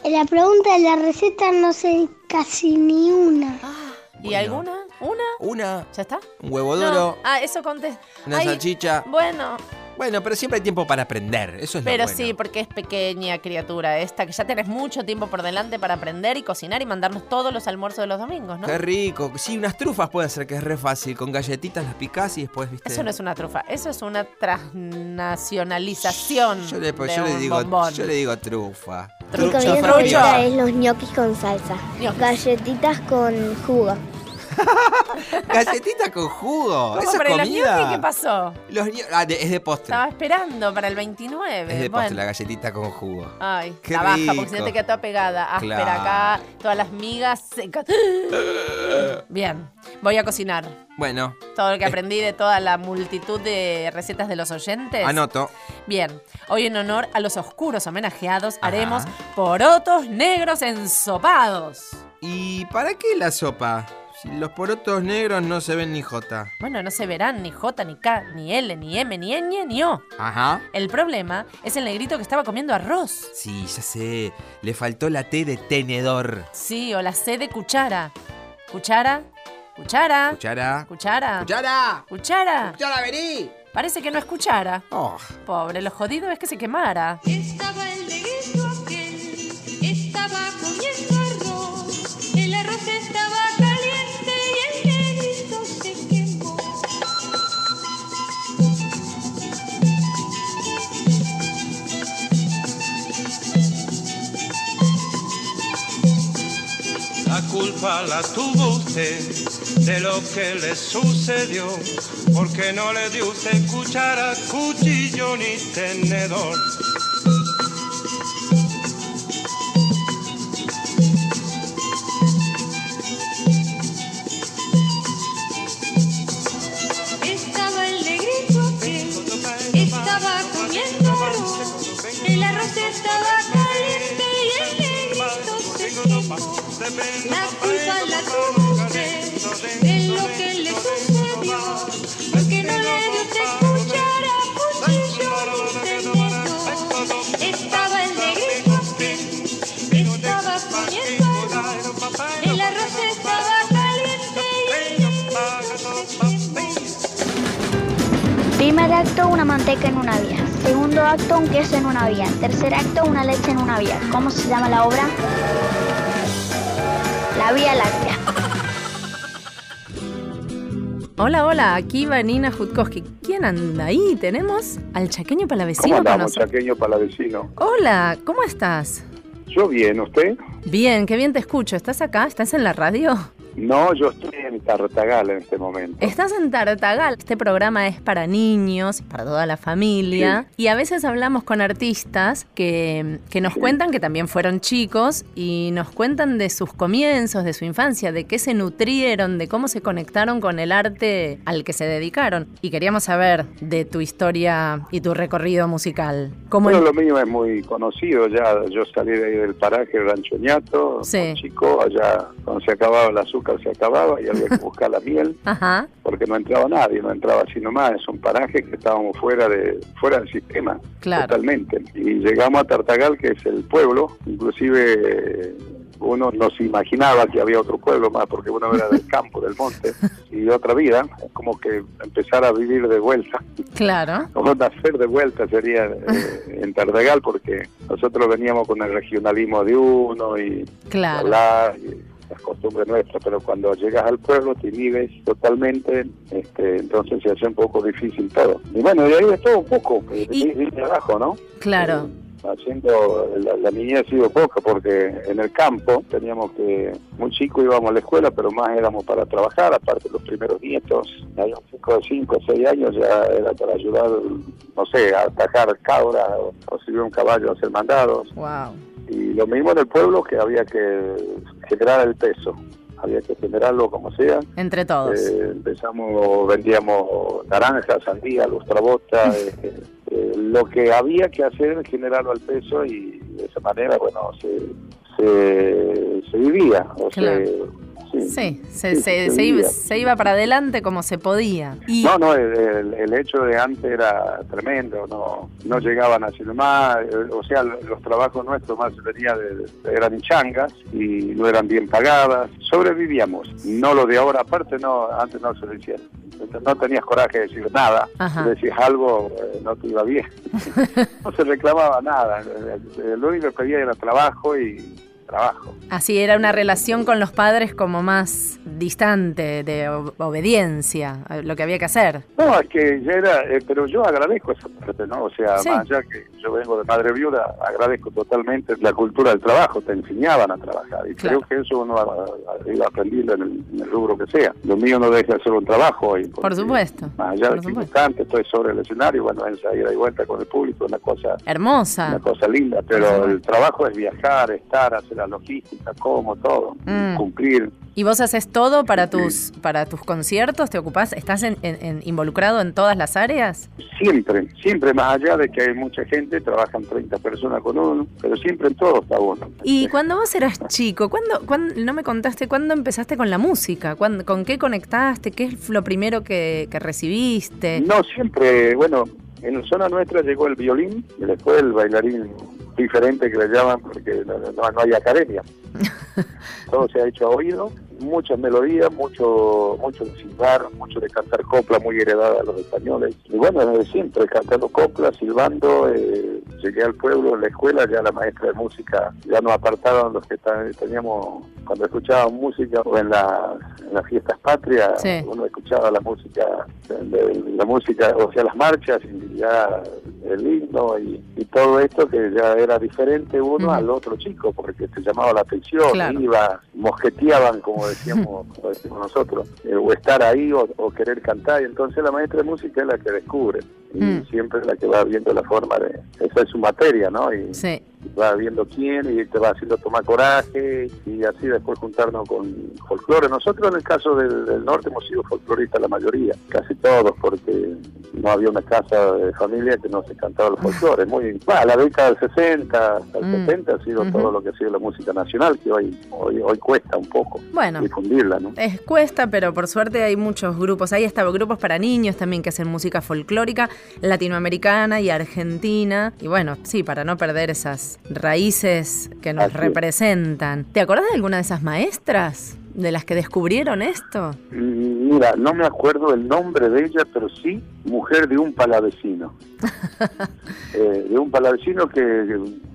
I: la pregunta de la receta no sé casi ni una.
C: Ah,
B: ¿Y alguna? ¿Una?
C: Una.
B: ¿Ya está?
C: Un huevo
B: No.
C: duro,
B: Ah, eso conté.
C: una
B: Ay,
C: salchicha.
B: Bueno,
C: Bueno, pero siempre hay tiempo para aprender. Eso es lo
B: pero
C: bueno.
B: sí, porque es pequeña criatura esta, que ya tenés mucho tiempo por delante para aprender y cocinar y mandarnos todos los almuerzos de los domingos, ¿no?
C: Qué rico. Sí, unas trufas puede ser que es re fácil. Con galletitas las picás y después, viste.
B: Eso no es una trufa, eso es una transnacionalización.
C: Yo le, pues,
B: de
C: yo le
B: un
C: digo,
B: bombón.
C: yo le digo trufa.
I: Mi comida favorita es los ñoquis con salsa. Galletitas con jugo.
C: Galletita con jugo.
B: ¿Cómo
C: Eso es
B: para el
C: comida.
B: añote? ¿Qué pasó?
C: Los ño- ah, de- es de postre.
B: Estaba esperando para el 29.
C: Es de
B: bueno. Ah.
C: postre la galletita con jugo.
B: Ay,
C: Qué
B: la baja, porque si
C: rico.
B: no te queda toda pegada, áspera
C: Claro.
B: acá, todas las migas secas. Bien, voy a cocinar.
C: Bueno,
B: Todo lo que aprendí de toda la multitud de recetas de los oyentes.
C: anoto.
B: Bien, hoy en honor a los oscuros homenajeados haremos porotos negros ensopados.
C: ¿Y para qué la sopa? Si los porotos negros no se ven ni jota.
B: Bueno, no se verán ni J, ni K, ni L, ni M, ni Ñ, ni O.
C: Ajá.
B: El problema es el negrito que estaba comiendo arroz.
C: Sí, ya sé. Le faltó la T de tenedor.
B: Sí, o la C de cuchara. Cuchara, cuchara,
C: Cuchara.
B: cuchara.
C: Cuchara.
B: Cuchara.
C: Cuchara, vení.
B: Parece que no escuchara.
C: Oh.
B: Pobre, lo jodido es que se quemara.
R: Estaba el negrito aquel, estaba comiendo arroz, el arroz estaba caliente y el negrito se quemó.
N: La culpa la tuvo usted de lo que le sucedió, porque no le dio usted cuchara, cuchillo ni tenedor.
R: Estaba el negrito aquel, estaba comiendo arroz, el arroz estaba caliente y el negrito se quemó. La
S: acto, una manteca en una vía. Segundo acto, un queso en una vía. Tercer acto, una leche en una vía. ¿Cómo se llama la obra? La Vía Láctea.
B: Hola, hola, aquí Vanina Jutkowski. ¿Quién anda ahí? Tenemos al chaqueño palavecino con nosotros.
T: chaqueño palavecino?
B: Hola, ¿cómo estás?
T: Yo bien, ¿usted?
B: Bien, qué bien te escucho. ¿Estás acá? ¿Estás en la radio?
T: No, yo estoy en Tartagala en este momento.
B: Estás en Tartagal. Este programa es para niños, para toda la familia. Y a veces hablamos con artistas que, que nos cuentan que también fueron chicos y nos cuentan de sus comienzos, de su infancia, de qué se nutrieron, de cómo se conectaron con el arte al que se dedicaron. Y queríamos saber de tu historia y tu recorrido musical. ¿Cómo em-
T: bueno, lo mío es muy conocido ya. Yo salí de ahí del paraje Rancho Ñato,
B: Sí.
T: muy chico, allá cuando se acababa el azúcar se acababa y había que buscar la miel
B: Ajá.
T: porque no entraba nadie, no entraba así nomás. Es un paraje que estábamos fuera de fuera del sistema.
B: Claro.
T: Totalmente. Y llegamos a Tartagal, que es el pueblo, inclusive eh, uno no se imaginaba que había otro pueblo más, porque uno era del campo, del monte, y otra vida, es como que empezar a vivir de vuelta,
B: Claro.
T: o nacer de vuelta sería eh, en Tartagal, porque nosotros veníamos con el regionalismo de uno y
B: Claro.
T: hablar y las costumbres nuestras, pero cuando llegas al pueblo te inhibes totalmente, este, entonces se hace un poco difícil todo. Y bueno, de ahí es todo un poco, de, de- de abajo, ¿no?
B: Claro.
T: haciendo la, la niñez ha sido poca porque en el campo teníamos que muy chico íbamos a la escuela pero más éramos para trabajar aparte los primeros nietos hay un chico de 5 o 6 años ya era para ayudar no eh, sé a atajar cabras o, o subir un caballo a hacer mandados
B: Wow.
T: y lo mismo en el pueblo que había que generar el peso había que generarlo como sea
B: Entre todos.
T: eh, empezamos, vendíamos naranjas, sandía, lustrabota, eh, eh, lo que había que hacer, generarlo al peso y de esa manera, bueno, se, se, se vivía. O
B: Claro.
T: se- sí.
B: Sí, se,
T: Sí, se
B: se- se iba,
T: vivía.
B: se iba para adelante como se podía. Y
T: No, no, el, el- el hecho de antes era tremendo, no no llegaban así nomás, eh, o sea, lo- los trabajos nuestros más venía de, eran changas y no eran bien pagadas, sobrevivíamos, no lo de ahora, aparte no, antes no se decía, no tenías coraje de decir nada,
B: Ajá.
T: si decías algo eh, no te iba bien, no se reclamaba nada, eh, eh, lo único que pedía era trabajo y trabajo.
B: así era una relación con los padres como más distante, de ob- obediencia, a lo que había que hacer.
T: No, es que ya era, eh, pero yo agradezco esa parte, ¿no? O sea,
B: Sí.
T: más allá que yo vengo de madre viuda, agradezco totalmente la cultura del trabajo, te enseñaban a trabajar y
B: Claro.
T: creo que eso uno a- a- iba aprendiendo en el, en el rubro que sea. Lo mío no deja de ser un trabajo hoy, porque
B: Por supuesto.
T: más allá de
B: por
T: que
B: supuesto.
T: cantante, estoy sobre el escenario, bueno, es la ida y vuelta con el público, una cosa
B: Hermosa.
T: una cosa linda, pero el trabajo es viajar, estar, hacer la logística, como todo,
B: Mm.
T: cumplir.
B: ¿Y vos haces todo para tus para tus conciertos? ¿Te ocupás? ¿Estás en- en- en- involucrado en todas las áreas?
T: Siempre, siempre, más allá de que hay mucha gente, trabajan 30 personas con uno, pero siempre en todo está uno.
B: Y cuando vos eras chico, ¿cuándo, cuán- no me contaste cuándo empezaste con la música? ¿Cuán- ¿Con qué conectaste? ¿Qué es lo primero que, que recibiste?
T: No, siempre, bueno, en la zona nuestra llegó el violín y después el bailarín diferente que le llaman porque no, no- no hay academia. Todo se ha hecho a oído, muchas melodías, mucho mucho de silbar, mucho de cantar copla muy heredada de los españoles. Y bueno, desde siempre cantando copla, silbando, eh, llegué al pueblo, en la escuela, ya la maestra de música, ya nos apartaron los que ta- teníamos, cuando escuchábamos música o en, la- en las fiestas patrias,
U: Sí.
T: uno escuchaba la música, de- la música, o sea, las marchas y ya el himno y, y todo esto que ya era diferente uno al otro chico, porque te llamaba la atención,
U: Claro.
T: iba, mosqueteaban, como decíamos, como decimos nosotros, eh, o estar ahí o, o querer cantar. Y entonces la maestra de música es la que descubre y
B: Mm,
T: siempre es la que va viendo la forma de. Esa es su materia, ¿no? Y,
B: Sí.
T: va viendo quién y te va haciendo tomar coraje y así después juntarnos con folclore. Nosotros en el caso del, del norte hemos sido folcloristas la mayoría, casi todos, porque no había una casa de familia que no se cantaba el folclore. Muy, bueno, la década del 60 al
B: mm.
T: 70 ha sido todo lo que ha sido la música nacional, que hoy, hoy, hoy cuesta un poco
B: Bueno.
T: difundirla, ¿no?
B: Es cuesta, pero por suerte hay muchos grupos. Ahí están grupos para niños también que hacen música folclórica latinoamericana y argentina. Y bueno, sí, para no perder esas raíces que nos
T: Así es.
B: representan. ¿Te acordás de alguna de esas maestras de las que descubrieron esto?
T: Mm, mira, no me acuerdo el nombre de ella, pero sí, mujer de un palavecino. Eh, de un palavecino que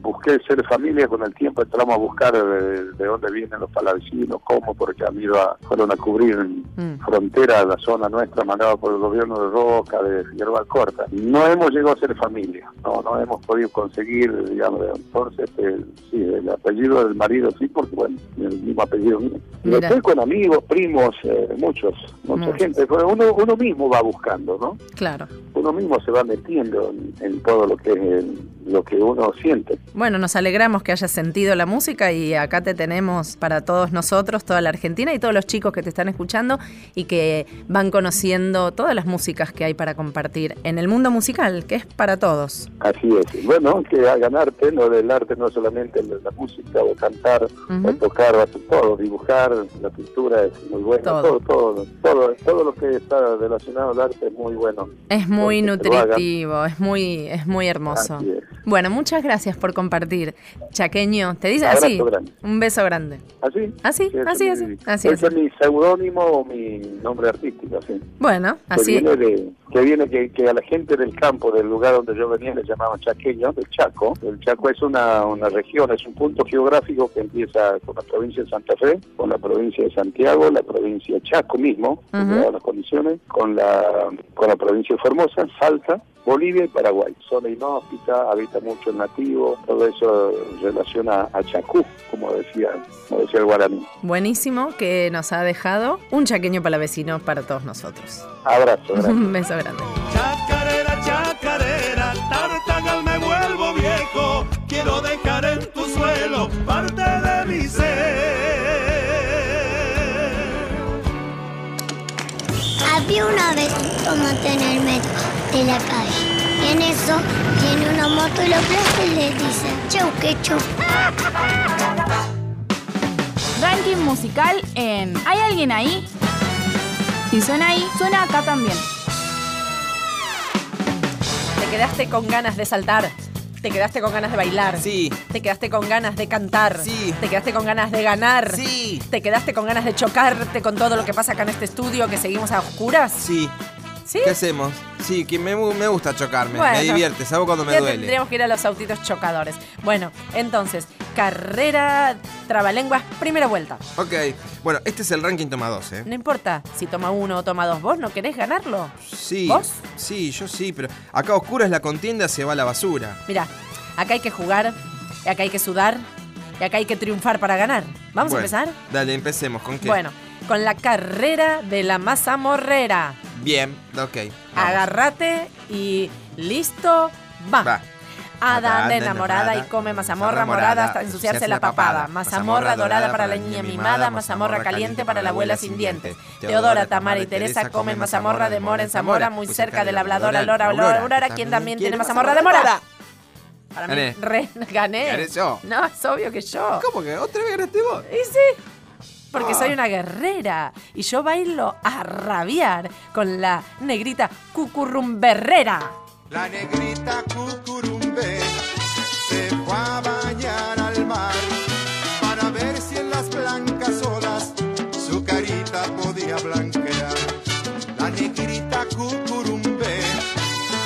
T: busqué ser familia con el tiempo, entramos a buscar de, de dónde vienen los palavecinos, cómo, porque han ido a, fueron a cubrir
U: Mm.
T: frontera de la zona nuestra mandada por el gobierno de Roca, de Figueroa Corta. No hemos llegado a ser familia, no, no hemos podido conseguir, digamos, entonces, eh, sí, el apellido del marido sí, porque bueno, el mismo apellido mío. Y
U: Mira.
T: después con amigos, primos, eh, muchos, mucha
U: Muchos.
T: gente, pero uno, uno mismo va buscando, ¿no?
B: Claro.
T: Uno mismo se va metiendo en, en todo lo que es el- lo que uno siente.
B: Bueno, nos alegramos que hayas sentido la música y acá te tenemos para todos nosotros, toda la Argentina y todos los chicos que te están escuchando y que van conociendo todas las músicas que hay para compartir en el mundo musical, que es para todos.
T: Así es. Bueno, que hagan arte, no del arte no solamente la, la música o cantar
B: Ujú.
T: o tocar, o hacer todo, dibujar, la pintura es muy bueno,
B: Todo.
T: todo, todo, todo, todo lo que está relacionado al arte es muy bueno.
B: Es muy
T: Porque te lo hagan.
B: nutritivo, es muy, es muy hermoso.
T: Así es.
B: Bueno, muchas gracias por compartir. Chaqueño, te dice
T: Abrazo
B: así.
T: grande.
B: Un beso grande.
T: Así,
B: Así,
T: ¿Ah, Sí, ese
B: así,
T: es
B: así,
T: mi-
B: así,
T: ese
B: así.
T: es mi seudónimo o mi nombre artístico, sí.
B: Bueno, así.
T: Que viene, de- que, viene que, que a la gente del campo, del lugar donde yo venía, le llamaban chaqueño, del Chaco. El Chaco es una, una región, es un punto geográfico que empieza con la provincia de Santa Fe, con la provincia de Santiago, la provincia de Chaco mismo,
B: este
T: que
U: Ujú.
T: le da las condiciones, con la, con la provincia de Formosa, Salta. Bolivia y Paraguay, zona inhóspita, habita mucho el nativo, todo eso relaciona a Chacú, como decía, como decía el guaraní.
B: Buenísimo que nos ha dejado un chaqueño palavecino para todos nosotros.
T: Abrazo, abrazo.
B: Un beso grande.
N: Chacarera, chacarera, tartagal me vuelvo viejo. Quiero dejar en tu suelo parte de mi ser.
J: Había una vez un tomate en el metro de la calle. Y en eso viene una moto y lo plaza y le dice, chau, que chau.
E: Ranking musical en ¿Hay alguien ahí? Si suena ahí, suena acá también.
B: Te quedaste con ganas de saltar. Te quedaste con ganas de bailar.
C: Sí.
B: Te quedaste con ganas de cantar.
C: Sí.
B: Te quedaste con ganas de ganar.
C: Sí.
B: Te quedaste con ganas de chocarte con todo lo que pasa acá en este estudio que seguimos a oscuras.
C: Sí.
B: ¿Sí?
C: ¿Qué hacemos? Sí, que me, me gusta chocarme,
B: Bueno.
C: me divierte, ¿sabes cuando me
B: Ya
C: duele?
B: Tendríamos que ir a los autitos chocadores. Bueno, entonces, carrera trabalenguas, primera vuelta.
C: Ok, bueno, este es el ranking toma ¿eh? 12.
B: No importa si toma uno o toma dos, vos no querés ganarlo.
C: Sí.
B: ¿Vos?
C: Sí, yo sí, pero acá a oscuras la contienda se va a la basura.
B: Mira, acá hay que jugar, y acá hay que sudar, y acá hay que triunfar para ganar. ¿Vamos
C: Bueno,
B: a empezar?
C: Dale, empecemos. ¿Con qué?
B: Bueno, con la carrera de la masa morrera.
C: Bien, ok.
B: Agárrate y listo, va. Adán de enamorada y come mazamorra morada hasta ensuciarse la papada. Mazamorra dorada para la niña mimada, mazamorra caliente para la abuela sin dientes. Teodora, Tamara y Teresa comen mazamorra de mora en Zamora, muy cerca de la habladora Lora Aurora, Aurora, quien también tiene mazamorra de morada. Para mí,
C: Gané.
B: re, gané.
C: Gané yo.
B: No, es obvio que yo.
C: ¿Cómo que otra vez ganaste vos?
B: Y sí, porque
C: Ah.
B: soy una guerrera y yo bailo a rabiar con la negrita cucurrumberrera.
U: La negrita cucurumbe se fue a bañar al mar para ver si en las blancas olas su carita podía blanquear. La negrita cucurumbe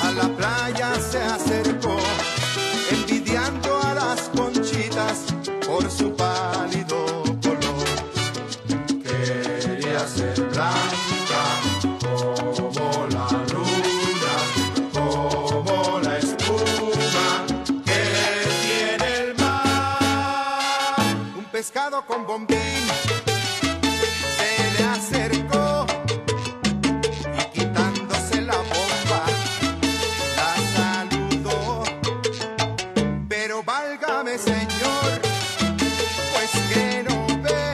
U: a la playa se acercó, envidiando a las conchitas por su pálido color. Quería ser blanca como la luna como la espuma que tiene el mar. Un pescado con bombín se le acercó y quitándose la bomba la saludó. Pero válgame señor, pues que no ve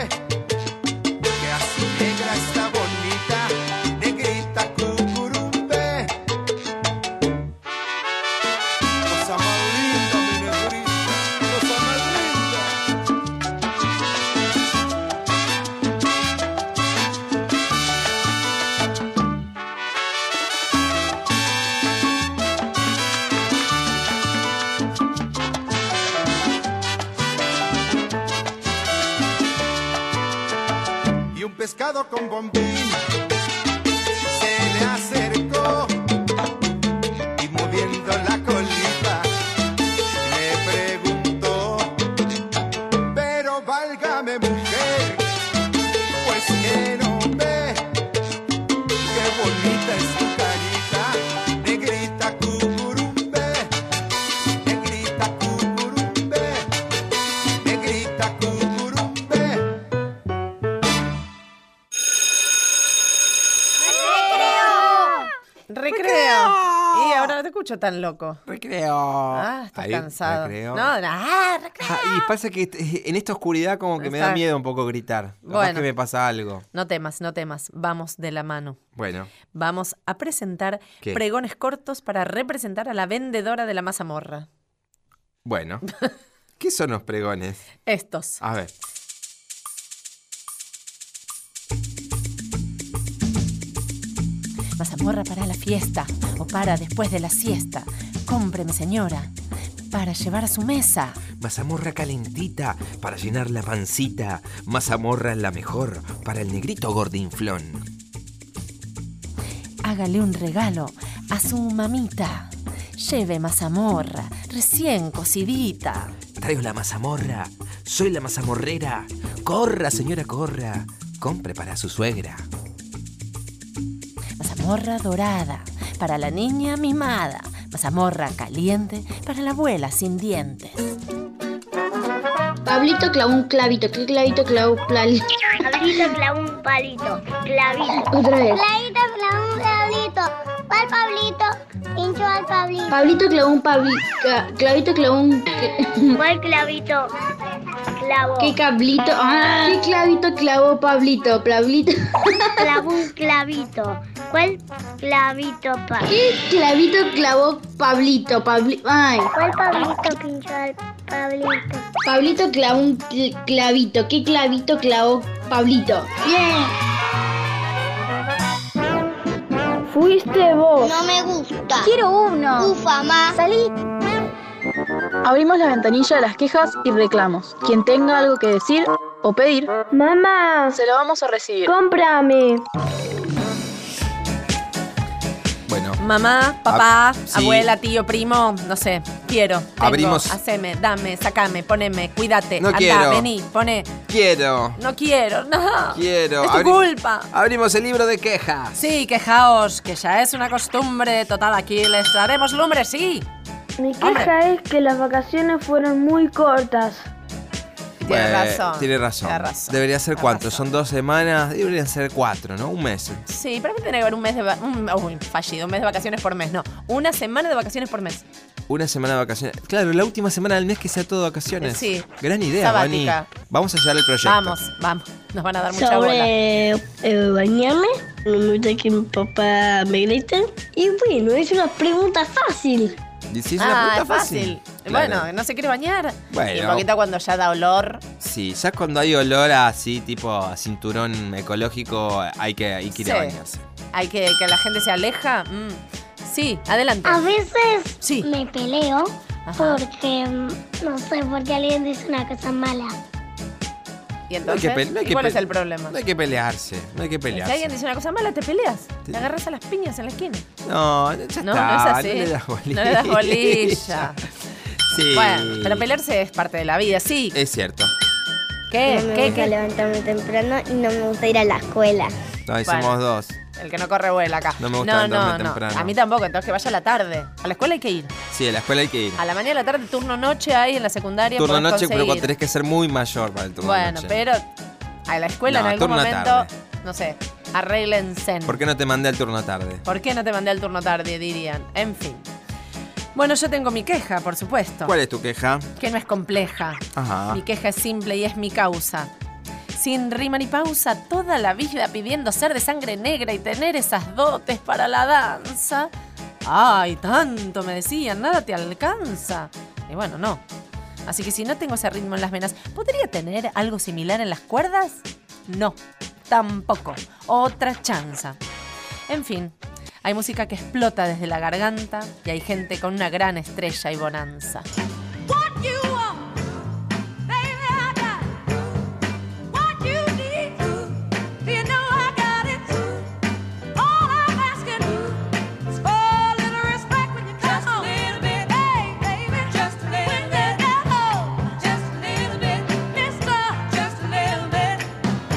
U: que a su negra está bonita, negrita cucurumbe. Cosa más linda, mi negrita, cosa más linda. Y un pescado con bombín de mujer, pues que no ve qué bonita es tu carita, negrita cucurumbe, negrita cucurumbe, negrita cucurumbe.
B: Recreo. Y ahora no te escucho tan loco.
C: Recreo.
B: Ah, estás
C: Ahí,
B: cansado.
C: recreo.
B: No, no, ah, recreo.
C: Ah, y pasa que eh, en esta oscuridad como que me da
B: Está-
C: miedo un poco gritar. Capaz
B: Bueno.
C: que me pasa algo.
B: No temas, no temas. Vamos de la mano.
C: Bueno.
B: Vamos a presentar
C: ¿Qué?
B: pregones cortos para representar a la vendedora de la mazamorra.
C: Bueno. ¿Qué son los pregones?
B: Estos.
C: A ver.
B: Mazamorra para la fiesta o para después de la siesta. Cómpreme, señora, para llevar a su mesa.
C: Mazamorra calentita para llenar la pancita. Mazamorra es la mejor para el negrito gordinflón.
B: Hágale un regalo a su mamita. Lleve mazamorra, recién cocidita.
C: Traigo la mazamorra. Soy la mazamorrera. Corra, señora, corra. Compre para su suegra.
B: Mazamorra dorada para la niña mimada. Mazamorra caliente para la abuela sin dientes.
G: Pablito clavó un clavito, ¿qué clavito clavó un palito?
I: Pablito clavó un palito. Clavito.
G: Otra vez.
I: Clavito clavó un clavito. ¿Cuál Pablito? Pincho al Pablito.
G: Pablito clavó un pavi- ca- clavito clavó un...
I: ¿Cuál clavito? Clavó.
G: ¿Qué cablito? Ah, ¿Qué clavito clavó Pablito? Pablito.
I: Clavó un clavito. ¿Cuál clavito, pa?
G: ¿Qué clavito clavó Pablito? Pabli... Ay.
I: ¿Cuál Pablito pinchó al Pablito?
G: Pablito clavó un cl- clavito. ¿Qué clavito clavó Pablito? Bien.
S: Fuiste vos.
I: No me gusta.
E: Quiero uno.
I: Ufa, ma.
E: Salí. Abrimos la ventanilla de las quejas y reclamos. Quien tenga algo que decir o pedir, mamá, se lo vamos a recibir.
S: Cómprame.
C: Bueno.
B: Mamá, papá,
C: Ah, sí.
B: abuela, tío, primo, no sé, quiero, tengo,
C: Abrimos-
B: haceme, dame, sacame, poneme, cuídate,
C: No
B: andá,
C: quiero.
B: vení, pone,
C: Quiero.
B: no quiero, no.
C: Quiero.
B: Es tu
C: Abri-
B: culpa.
C: Abrimos el libro de quejas.
B: Sí, quejaos, que ya es una costumbre total aquí, les daremos lumbre, sí.
S: Mi queja es que las vacaciones fueron muy cortas.
B: Tiene
C: Eh,
B: razón,
C: Tiene razón.
B: tiene razón,
C: Debería ser cuánto. Son dos semanas. Deberían ser cuatro, ¿no? Un mes.
B: Sí, para mí tiene que haber un mes de... va- un- uy, fallido, un mes de vacaciones por mes, no, una semana de vacaciones por mes.
C: Una semana de vacaciones. Claro, la última semana del mes que sea todo vacaciones.
B: Sí.
C: Gran idea, Vani.
B: Sabática.
C: Vamos a llevar el proyecto.
B: Vamos, vamos, nos van a dar mucha bola.
Q: sobre eh, bañarme. No me gusta que mi papá me grite. Y bueno, es una pregunta fácil.
C: Y si es una
B: ah,
C: pregunta
B: es fácil.
C: Claro.
B: Bueno, no se quiere bañar. Y un
C: Bueno.
B: poquito cuando ya da olor.
C: Sí, ya cuando hay olor a así, tipo a cinturón ecológico, hay que, hay que ir a
B: Sí.
C: bañarse.
B: Hay que que la gente se aleja. mm. Sí, adelante.
I: A veces
B: Sí.
I: me peleo porque mm, no sé por qué alguien dice una cosa mala.
B: Y
C: No hay que
B: entonces,
C: pe- no hay
B: ¿y
C: que
B: cuál
C: pe-
B: es el problema?
C: No hay que pelearse, no hay que
B: si
C: pelearse.
B: alguien dice una cosa mala, te peleas. Te agarras a las piñas en la esquina.
C: No, ya está,
B: No, no es así.
C: no le das bolilla.
B: No le das bolilla.
C: Sí.
B: Bueno, pero pelearse es parte de la vida, sí.
C: Es cierto.
B: ¿Qué?
A: No me
B: Eh, ¿Qué?
A: gusta
B: ¿Qué?
A: levantarme temprano y no me gusta ir a la escuela.
C: Ahí
B: Bueno.
C: somos dos.
B: El que no corre vuela acá.
C: No me gusta
B: no, no,
C: levantarme temprano.
B: A mí tampoco, entonces que vaya a la tarde. A la escuela hay que ir.
C: Sí, a la escuela hay que ir.
B: A la mañana, a la tarde, turno noche ahí en la secundaria.
C: Turno
B: podés
C: noche, pero
B: conseguir.
C: cuando tenés que ser muy mayor para el turno
B: Bueno,
C: noche.
B: pero a la escuela
C: No,
B: en algún
C: turno
B: momento,
C: tarde.
B: no sé, arreglense.
C: ¿Por qué no te mandé al turno tarde?
B: ¿Por qué no te mandé al turno tarde? Dirían. En fin. Bueno, yo tengo mi queja, por supuesto.
C: ¿Cuál es tu queja?
B: Que no es compleja.
C: Ajá.
B: Mi queja es simple y es mi causa. Sin rima ni pausa, toda la vida pidiendo ser de sangre negra y tener esas dotes para la danza. Ay, tanto me decían, nada te alcanza. Y bueno, no. Así que si no tengo ese ritmo en las venas, ¿podría tener algo similar en las cuerdas? No, tampoco. Otra chanza. En fin, hay música que explota desde la garganta y hay gente con una gran estrella y bonanza.
R: What you want, baby, I got it too. What you need, too, you know I got it too. All I'm asking you is for a little respect when you come home. Just a little bit, hey, baby, just a little bit. When you get home, just a little bit, mister, just a little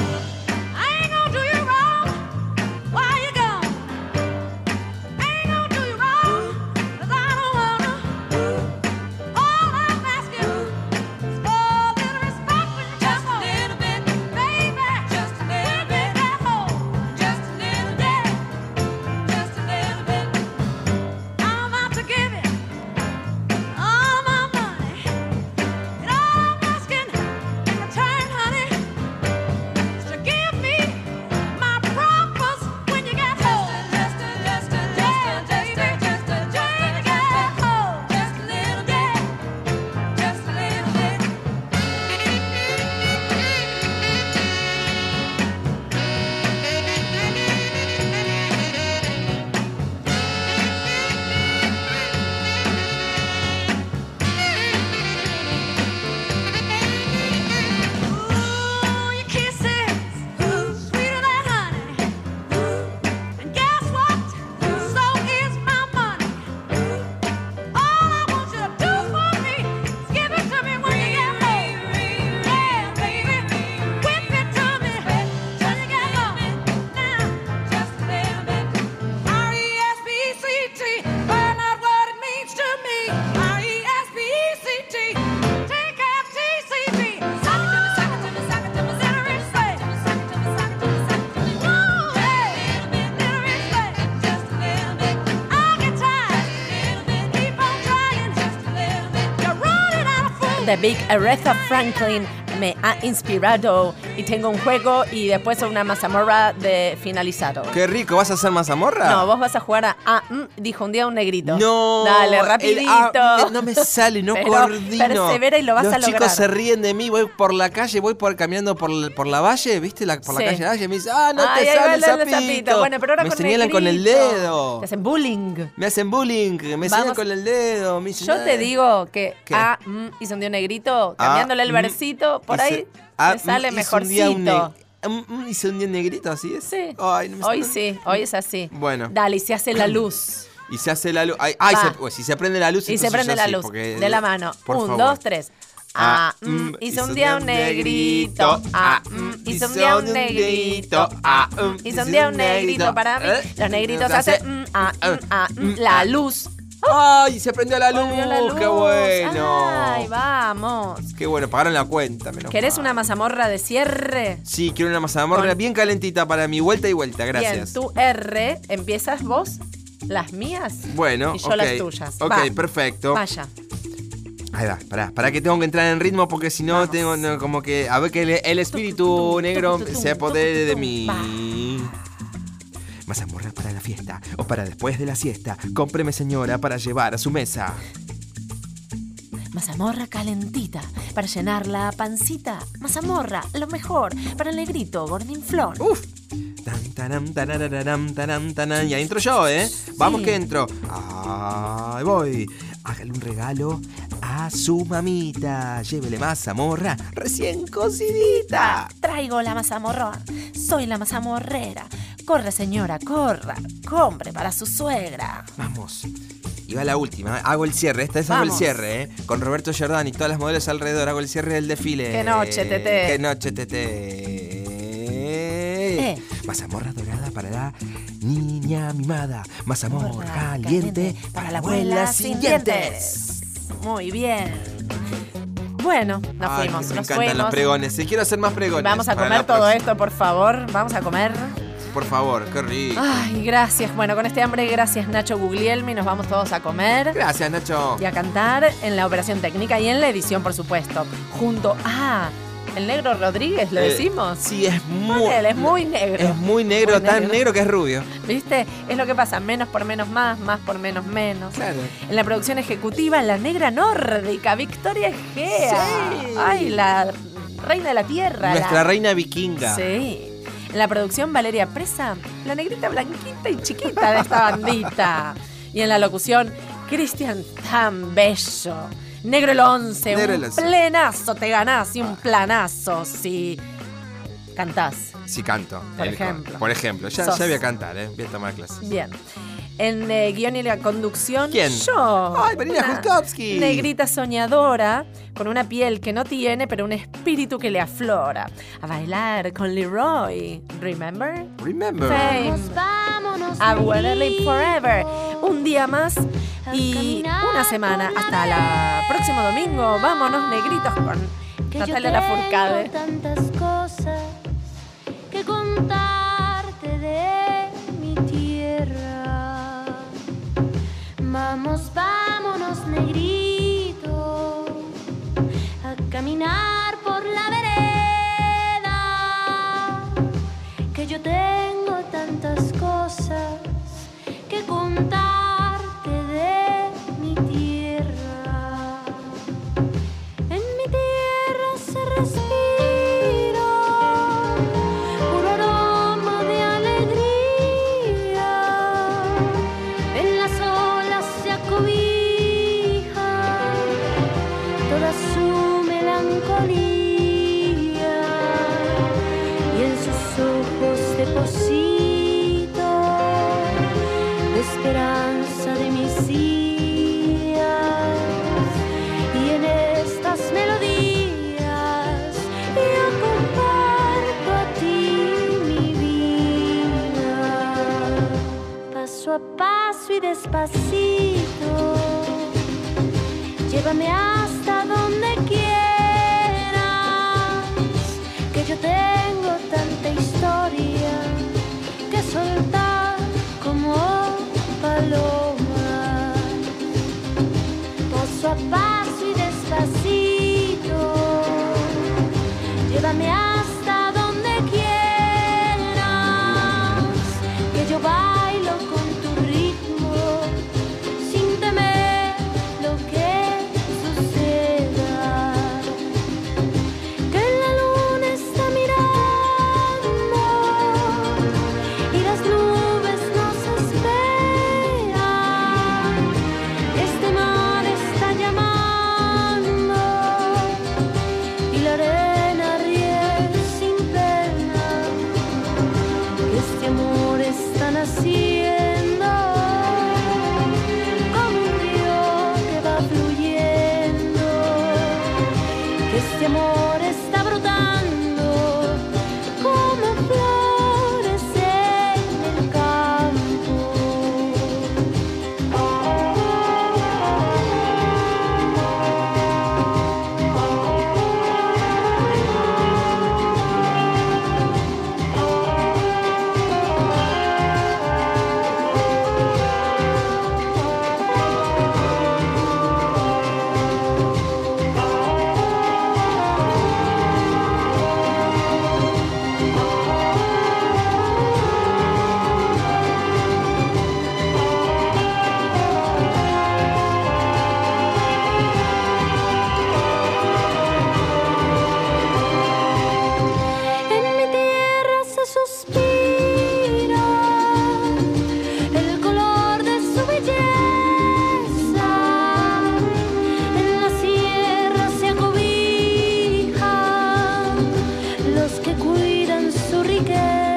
B: de Big Aretha Franklin me ha inspirado y tengo un juego y después una mazamorra de finalizado.
C: Qué rico, ¿vas a hacer mazamorra?
B: No, vos vas a jugar a ah, mm, dijo un día un negrito.
C: No,
B: Dale,
C: el
B: rapidito.
C: ah, no me sale, no
B: Pero
C: coordino.
B: Persevera y lo vas
C: Los
B: a lograr.
C: chicos se ríen de mí, voy por la calle, voy por caminando por, la- por la valle, ¿viste? La- por
B: Sí.
C: la calle Valle, me dicen, ah, no
B: Ay,
C: te
B: ahí
C: sale
B: va
C: el
B: el
C: sapito.
B: sapito. Bueno, pero ahora
C: me
B: con
C: señalan con el
B: negrito.
C: dedo.
B: Te hacen bullying.
C: Me hacen bullying, me señalan
B: Vamos.
C: con el dedo. me dicen,
B: Yo te
C: "Ah".
B: digo que
C: ¿Qué?
B: ah, mm, hizo un día un negrito, cambiándole el
C: mm,
B: versito, por
C: hice-
B: ahí
C: ah,
B: me sale
C: hice un día un
B: mejorcito.
C: neg- mm, mm, Hice un día negrito, así es.
B: Sí.
C: Ay, no me
B: hoy
C: sale.
B: sí, hoy es así.
C: Bueno.
B: Dale, y se hace la luz.
C: Y se hace la luz. Ay, ay,
B: Va.
C: se- pues, si se prende la luz,
B: y se
C: entonces
B: prende
C: yo
B: la
C: sí,
B: luz.
C: porque-
B: de la mano.
C: Por
B: un,
C: favor.
B: dos, tres. Ah,
C: Ah,
B: mm,
C: mm,
B: hizo un día un negrito. Ah, mm, hizo un día un negrito. Ah, mm, hizo un día un negrito para mí.
C: ¿Eh?
B: Los negritos
C: Entonces hace,
B: hacen mm, ah, mm, ah, mm, la luz.
C: ¡Ay! Se prendió la luz. ¡Qué bueno!
B: Ay, vamos.
C: Qué bueno, pagaron la cuenta, menos
B: ¿Querés
C: mal.
B: una mazamorra de cierre?
C: Sí, quiero una mazamorra bien calentita para mi vuelta y vuelta, gracias.
B: Bien, tu R, empiezas vos, las mías.
C: Bueno,
B: Y yo
C: ok.
B: las tuyas.
C: Ok,
B: Va.
C: perfecto.
B: Vaya.
C: Ahí va, pará, pará que tengo que entrar en ritmo porque si no tengo no, como que a ver que el, el espíritu negro se apodere de mí. Mazamorra para la fiesta o para después de la siesta. Cómpreme señora para llevar a su mesa.
B: Mazamorra calentita, para llenar la pancita. Mazamorra, lo mejor, para el negrito, gordinflón.
C: Uf. Taram, tarararam, taram, taran. Y ahí entro yo, ¿eh? Vamos que entro. Ahí voy. Hágale un regalo a su mamita. Llévele mazamorra recién cocidita.
B: Traigo la mazamorra, soy la mazamorrera. Corre señora, corra, compre para su suegra.
C: Vamos. Y va la última. Hago el cierre. Esta es hago el
B: Vamos.
C: cierre, ¿eh? Con Roberto Giordani y todas las modelos alrededor. Hago el cierre del desfile.
B: Qué noche, Tete.
C: Qué noche, tete.
B: Eh.
C: Mazamorra dorada para la niña mimada. Mazamorra caliente para la abuela sin dientes.
B: Muy bien. Bueno, nos
C: Ay,
B: fuimos,
C: me
B: nos
C: encantan
B: fuimos.
C: los pregones. Eh, Quiero hacer más pregones.
B: Vamos a
C: para
B: comer
C: la
B: todo eh.
C: próxima.
B: esto, por favor. Vamos a comer.
C: Por favor, qué rico.
B: Ay, gracias. Bueno, con este hambre, gracias Nacho Guglielmi. Nos vamos todos a comer.
C: Gracias, Nacho.
B: Y a cantar en la operación técnica y en la edición, por supuesto. Junto a. El negro Rodríguez, ¿lo
C: Eh,
B: decimos?
C: sí, es muy-
B: Ponele, es muy negro.
C: Es muy negro,
B: Muy
C: tan
B: negro.
C: negro. que es rubio.
B: ¿Viste? Es lo que pasa, menos por menos más, más por menos menos.
C: Claro.
B: En la producción ejecutiva, la negra nórdica, Victoria Egea.
R: Sí.
B: Ay, la reina de la tierra.
C: Nuestra
B: la-
C: reina vikinga.
B: Sí. En la producción Valeria Presa, la negrita blanquita y chiquita de esta bandita. Y en la locución, Cristian tan bello. Negro el 11,
C: Negro
B: un
C: el once.
B: plenazo te ganás y un planazo si cantás.
C: Sí, canto.
B: Por
C: El-
B: ejemplo.
C: Por ejemplo. Ya,
B: Sos.
C: ya voy a cantar, ¿eh? Voy a tomar clases.
B: Bien. En eh, guión y la conducción,
C: ¿Quién?
B: yo.
C: Ay, Marina
B: Una
C: Jutkowski.
B: Negrita soñadora, con una piel que no tiene, pero un espíritu que le aflora. A bailar con Leroy. ¿Remember?
C: Remember.
B: Fame. A Wanderley Forever. Un día más y una semana. Hasta el próximo domingo. Vámonos, negritos, con
V: que yo
B: Natalia Lafourcade.
V: tengo tantas cosas que contarte de mi tierra. Vamos, vámonos, negrito, a caminar por la vereda. Que yo tengo tantas cosas que contarte de mi tierra. En mi tierra se respira puro aroma de alegría. En las olas se acobija toda su melancolía. Y en sus ojos deposito de esperanza de mis días y en estas melodías yo comparto a ti mi vida paso a paso y despacito llévame hasta donde quieras que yo tengo tanta historia que soltar como paloma paso a paso y despacito Llévame hasta donde quieras, que yo bailo con tu ritmo, sin temer lo que suceda. Que la luna está mirando y las nubes nos esperan. Este mar está llamando. Y la arena ríe sin pena que Este amor está naciendo Como un río que va fluyendo Que este amor está brotando Como flores en el campo En mi tierra se suspira el color de su belleza. En la sierra se acobijan los que cuidan su riqueza.